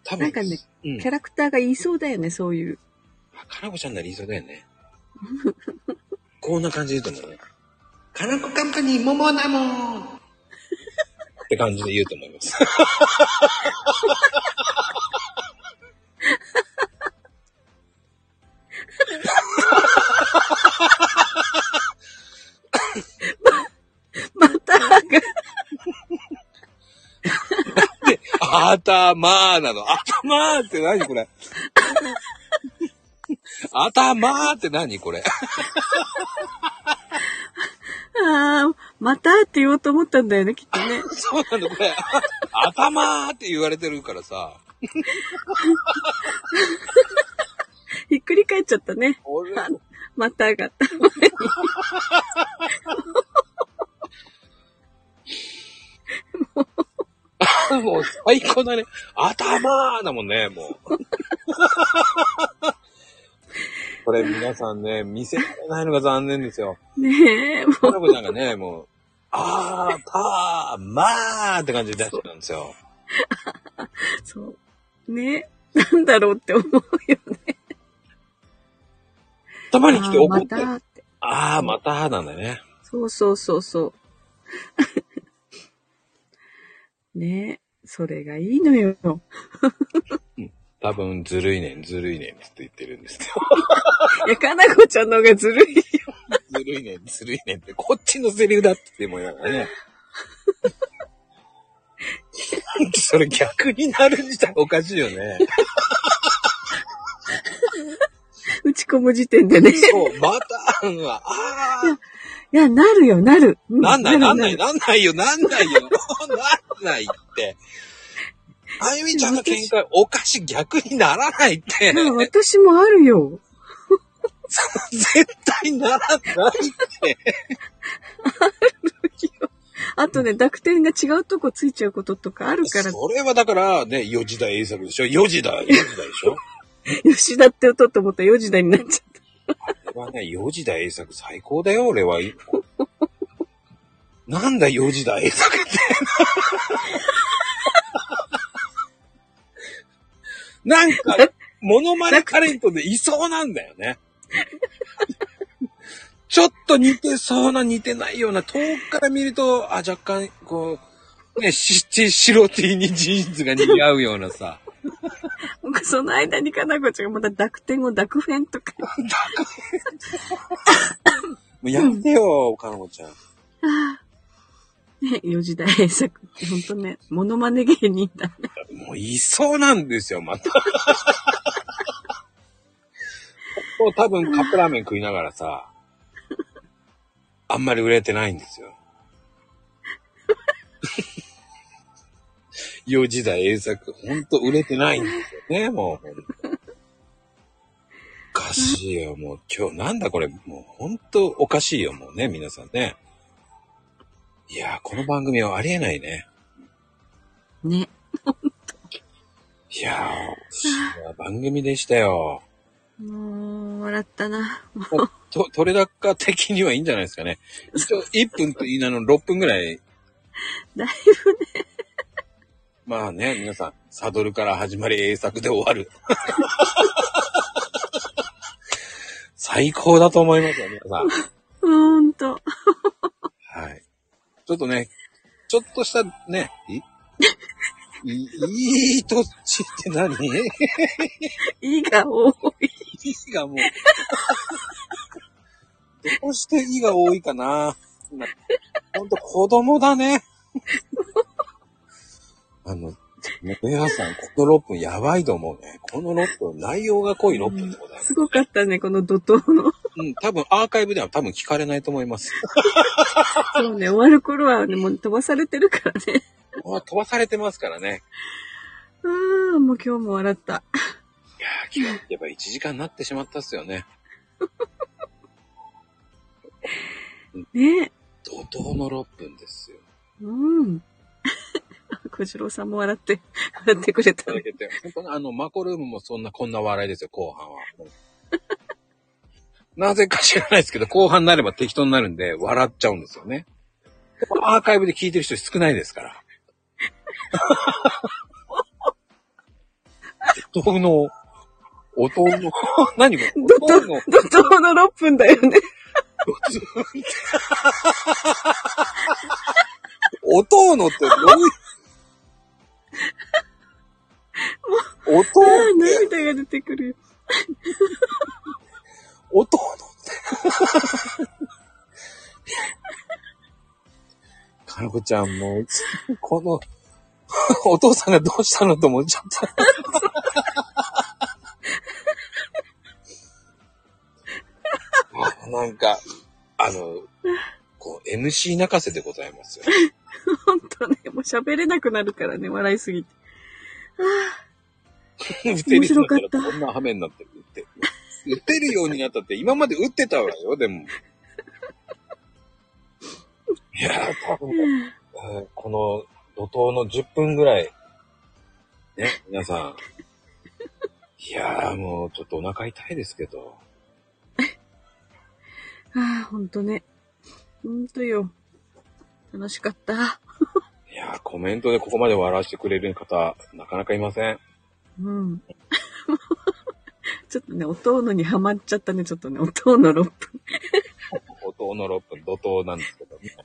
[SPEAKER 1] 多分、
[SPEAKER 2] う、なんかね、
[SPEAKER 1] うん。
[SPEAKER 2] キャ
[SPEAKER 1] か
[SPEAKER 2] ラクターが言いそうだよね、そういう。
[SPEAKER 1] なこちゃんなりそうだよね。 こんな感じで言うと思うね。かなこカンパニー桃だもんって感じで言うと思います。
[SPEAKER 2] また、が、
[SPEAKER 1] あたまーなの。あたまーって何 これ。あたまーって何これ。
[SPEAKER 2] ああ、またって言おうと思ったんだよね、きっとね。
[SPEAKER 1] そうなんだ、これ。あ頭ーって言われてるからさ。
[SPEAKER 2] ひっくり返っちゃったね。
[SPEAKER 1] 俺、
[SPEAKER 2] あまたが。
[SPEAKER 1] もう最高だね。頭ーだもんね、 もう。これ皆さんね、見せられないのが残念ですよ。
[SPEAKER 2] ねえ、も
[SPEAKER 1] コラボちゃんがね、もう、あー、たー、まーって感じで出してたんですよ。
[SPEAKER 2] う、そう。ねえ、なんだろうって思うよね。
[SPEAKER 1] たまに来て
[SPEAKER 2] あー
[SPEAKER 1] 怒
[SPEAKER 2] ま
[SPEAKER 1] って、
[SPEAKER 2] たって。
[SPEAKER 1] あー、またーなんだね。
[SPEAKER 2] そうそうそうそう。 ねえ、それがいいのよ。
[SPEAKER 1] 多分、ずるいねん、ずるいねんって言ってるんですよ。
[SPEAKER 2] いや、かなこちゃんの方がずるいよ。
[SPEAKER 1] ずるいねん、ずるいねんって、こっちのセリフだって思いながらね。それ逆になるんじゃおかしいよね。
[SPEAKER 2] 打ち込む時点でね。
[SPEAKER 1] そう、また、うんああ、
[SPEAKER 2] いや、なるよ、なる。う
[SPEAKER 1] なんない、なんない、
[SPEAKER 2] る
[SPEAKER 1] なんないよ、なんないよ、なんないって。あゆみちゃんの見解、おかしい逆にならないって。
[SPEAKER 2] なるまあ私もあるよ。
[SPEAKER 1] 絶対ならないって。
[SPEAKER 2] あとね、濁点が違うとこついちゃうこととかあるから、
[SPEAKER 1] それはだから、ね、4時代栄作でしょ ?4 時だ、4時だでしょ
[SPEAKER 2] 吉田って音と思ったら4時台になっちゃった。
[SPEAKER 1] これはね、4時だ栄作最高だよ、俺は。 なんだ、4時だ栄作って。 なんか、モノマネタレントでいそうなんだよね。ちょっと似てそうな、似てないような、遠くから見ると、あ、若干、こう、ね、し、ち白 T にジーンズが似合うようなさ。
[SPEAKER 2] なんかその間にかなこちゃんがまた濁点を濁変とか。
[SPEAKER 1] もうやめてよ、かのこちゃん。
[SPEAKER 2] ね、4時台栄作ってほんとね、モノマネ芸人だね。
[SPEAKER 1] もういそうなんですよ、また。 もう多分カップラーメン食いながらさ、 あんまり売れてないんですよ。幼児代栄作、ほんと売れてないんですよね、もう。おかしいよ、もう今日、なんだこれ、もうほんとおかしいよ、もうね、皆さんね。いやー、この番組はありえないね。
[SPEAKER 6] ね。
[SPEAKER 1] いやー、不思議な番組でしたよ。
[SPEAKER 2] もう、笑ったな。
[SPEAKER 1] と、取れ高的にはいいんじゃないですかね。一応、1分と、あの、6分ぐらい。
[SPEAKER 2] だいぶね。
[SPEAKER 1] まあね、皆さん、サドルから始まり、英作で終わる。最高だと思いますよ、皆さ
[SPEAKER 2] ほんと。
[SPEAKER 1] ん。はい。ちょっとね、ちょっとしたね、い、い、いい年って何
[SPEAKER 2] いいが多い。
[SPEAKER 1] いがもう。どうしていが多いかな。なほんと子供だね。あの、ね、ベアさん、この6分やばいと思うね。この6分、内容が濃い6分でございます。
[SPEAKER 2] すごかったね、この怒涛の。
[SPEAKER 1] うん、多分アーカイブでは多分聞かれないと思います。
[SPEAKER 2] そうね、終わる頃はね、もう飛ばされてるからね。
[SPEAKER 1] まあ、 飛ばされてますからね。
[SPEAKER 2] ああ、もう今日も笑った。
[SPEAKER 1] いやー、気がつけば1時間になってしまったっすよね。
[SPEAKER 2] ね
[SPEAKER 1] 怒涛の6分ですよ。
[SPEAKER 2] うん。 小次郎さんも笑って、笑ってくれた
[SPEAKER 1] いただ
[SPEAKER 2] ね。
[SPEAKER 1] けて本当にあの、マコルームもそんな、こんな笑いですよ、後半は。なぜか知らないですけど、後半になれば適当になるんで、笑っちゃうんですよね。でもアーカイブで聞いてる人少ないですから。怒涛の、音の、何これ
[SPEAKER 2] 怒
[SPEAKER 1] 音
[SPEAKER 2] 涛
[SPEAKER 1] の、
[SPEAKER 2] 怒涛の6分だよね。
[SPEAKER 1] 音のってどういう、音
[SPEAKER 2] ああ
[SPEAKER 1] の、
[SPEAKER 2] 涙が出てくるよ。
[SPEAKER 1] 音のって。かのこちゃんもう、この、 お父さんがどうしたのと思っちゃった。 あなんか、あの、こう、MC 泣かせでございますよ。
[SPEAKER 2] ほんとね、もう喋れなくなるからね、笑いすぎて。
[SPEAKER 1] 打てるようにな
[SPEAKER 2] 面白かった
[SPEAKER 1] らこんな羽目になってる。打て打てるようになったって、今まで打ってたわよ、でも。いやー、多分、えーこの怒涛の10分ぐらい、ね、皆さん。いやー、もうちょっとお腹痛いですけど。
[SPEAKER 2] ああ、ほんとね。ほんとよ。楽しかった。
[SPEAKER 1] いやー、コメントでここまで笑わせてくれる方、なかなかいません。
[SPEAKER 2] うん。 ちょっとね、おとうのにハマっちゃったね、ちょっとね、おとうの6分。
[SPEAKER 1] 怒涛の6分、怒涛なんですけど、ね。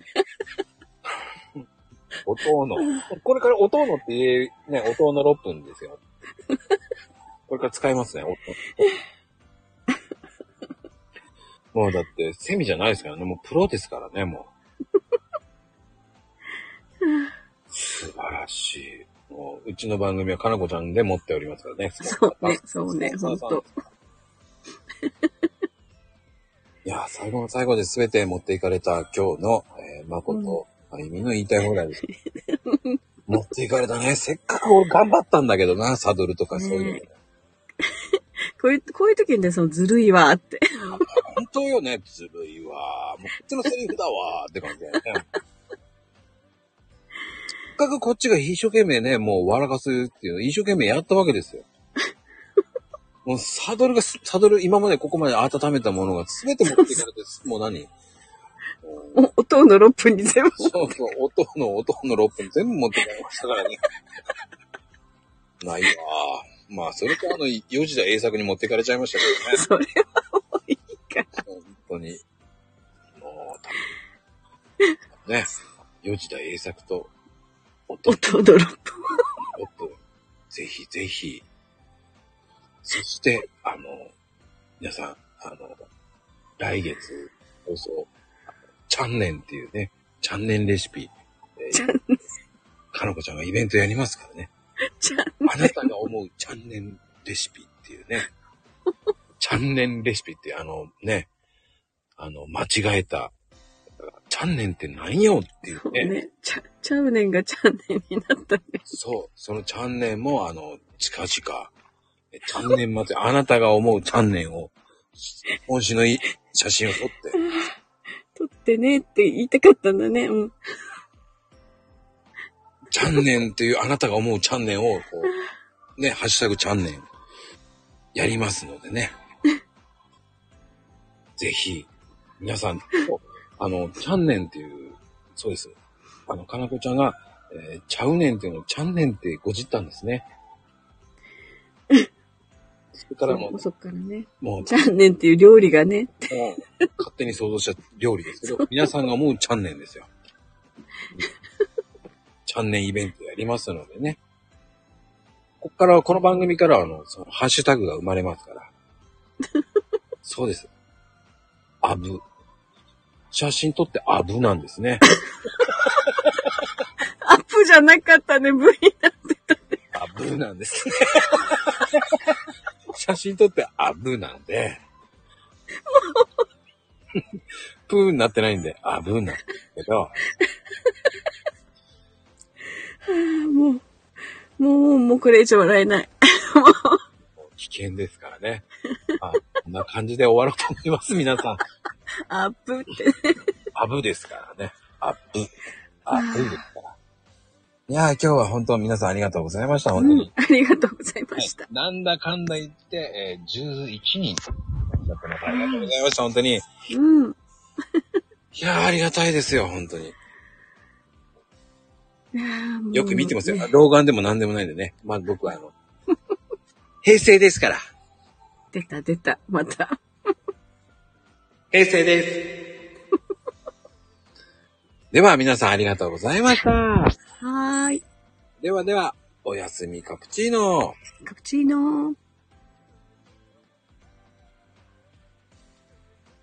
[SPEAKER 1] おとの。これからおとのって言え、ね、おとの6分ですよ。これから使いますね、おもうだって、セミじゃないですからね、もうプロですからね、もう。素晴らしい。もう、うちの番組はかなこちゃんで持っておりますからね。
[SPEAKER 2] そうね、そうね、ほんと。
[SPEAKER 1] いや、最後の最後で全て持っていかれた今日の、えー、誠、あゆみの言いたい放題です。持っていかれたね。 せっかく俺頑張ったんだけどな、サドルとかそういうの。
[SPEAKER 2] ねこういう、こういう時にね、そのずるいわって。
[SPEAKER 1] 本当よね、ずるいわ。もうこっちのセリフだわ って感じだよね。せっかくこっちが一生懸命ね、もう笑かすっていうの、一生懸命やったわけですよ。もうサドルが、サドル、今までここまで温めたものが全て持っていかれて、もう何
[SPEAKER 2] おおとうの6分に全部。
[SPEAKER 1] そうそう、音の音の6分全部持って帰りましたから ね。ないわー。まあ、それとあの、4時代栄作に持ってかれちゃいましたけ
[SPEAKER 2] それ
[SPEAKER 1] どね。本当に。もう、多分ね。4時代栄作と音
[SPEAKER 2] お
[SPEAKER 1] の
[SPEAKER 2] とうの6分。
[SPEAKER 1] 6分。ぜひぜひ。そして、あの、皆さん、あの、来月放送、チャンネンっていうね、チャンネンレシピ。えー
[SPEAKER 2] チャン
[SPEAKER 1] かのこちゃんがイベントやりますからね。
[SPEAKER 2] チャン
[SPEAKER 1] あなたが思うチャンネルレシピっていうね。チャンネルレシピって、あのね、あの、間違えたチャンネンってなんよっていうね。
[SPEAKER 2] ね、ちゃ、ちゃうねんがちゃんねんになったね。
[SPEAKER 1] そう。そのチャンネンも、あの、近々、えチャンネン祭り、あなたが思うチャンネンを、本誌のい写真を撮って、
[SPEAKER 2] 撮ってねって言いたかったんだね。うん。
[SPEAKER 1] チャンネンっていうあなたが思うチャンネンを、こう、ね、ハッシュタグチャンネン、やりますのでね。ぜひ、皆さん、あの、チャンネンっていう、そうです。あの、かなこちゃんが、えーちゃうねんっていうのを、チャンネンってごじったんですね。それからも
[SPEAKER 2] そっからね。
[SPEAKER 1] う、もう、
[SPEAKER 2] ちゃんねんっていう料理がね。
[SPEAKER 1] もう、勝手に想像した料理ですけど、皆さんが思うチャンネルですよ。チャンネルイベントやりますのでね。こっから、この番組からは、あの、その、ハッシュタグが生まれますから。そうです。アブ。写真撮ってアブなんですね。
[SPEAKER 2] アップじゃなかったね、V だ。
[SPEAKER 1] アブなんですね。写真撮ってアブなんで。 プーになってないんで、アブなんだけど。
[SPEAKER 2] もう、もう、もうこれ以上笑えない。
[SPEAKER 1] 危険ですからね。 まあ、こんな感じで終わろうと思います、皆さん。
[SPEAKER 2] アップって。
[SPEAKER 1] アブですからね。アブ。アブですから。いやー、今日は本当皆さんありがとうございました、本当
[SPEAKER 2] うん
[SPEAKER 1] に。、
[SPEAKER 2] ありがとうございました。
[SPEAKER 1] なんだかんだ言って、えー11人。やってますありがとうございました、本当に。い
[SPEAKER 2] うん。
[SPEAKER 1] やー、ありがたいですよ、本当に。
[SPEAKER 2] いやーもう
[SPEAKER 1] よく見てますよ
[SPEAKER 2] ね。
[SPEAKER 1] 老眼でも何でもないんでね。まあ僕はあの、 平成ですから。
[SPEAKER 2] 出た出た、また。
[SPEAKER 1] 平成 です。では皆さんありがとうございました。
[SPEAKER 2] はーい。
[SPEAKER 1] ではでは、おやすみカプチーノ。
[SPEAKER 2] カプチーノー。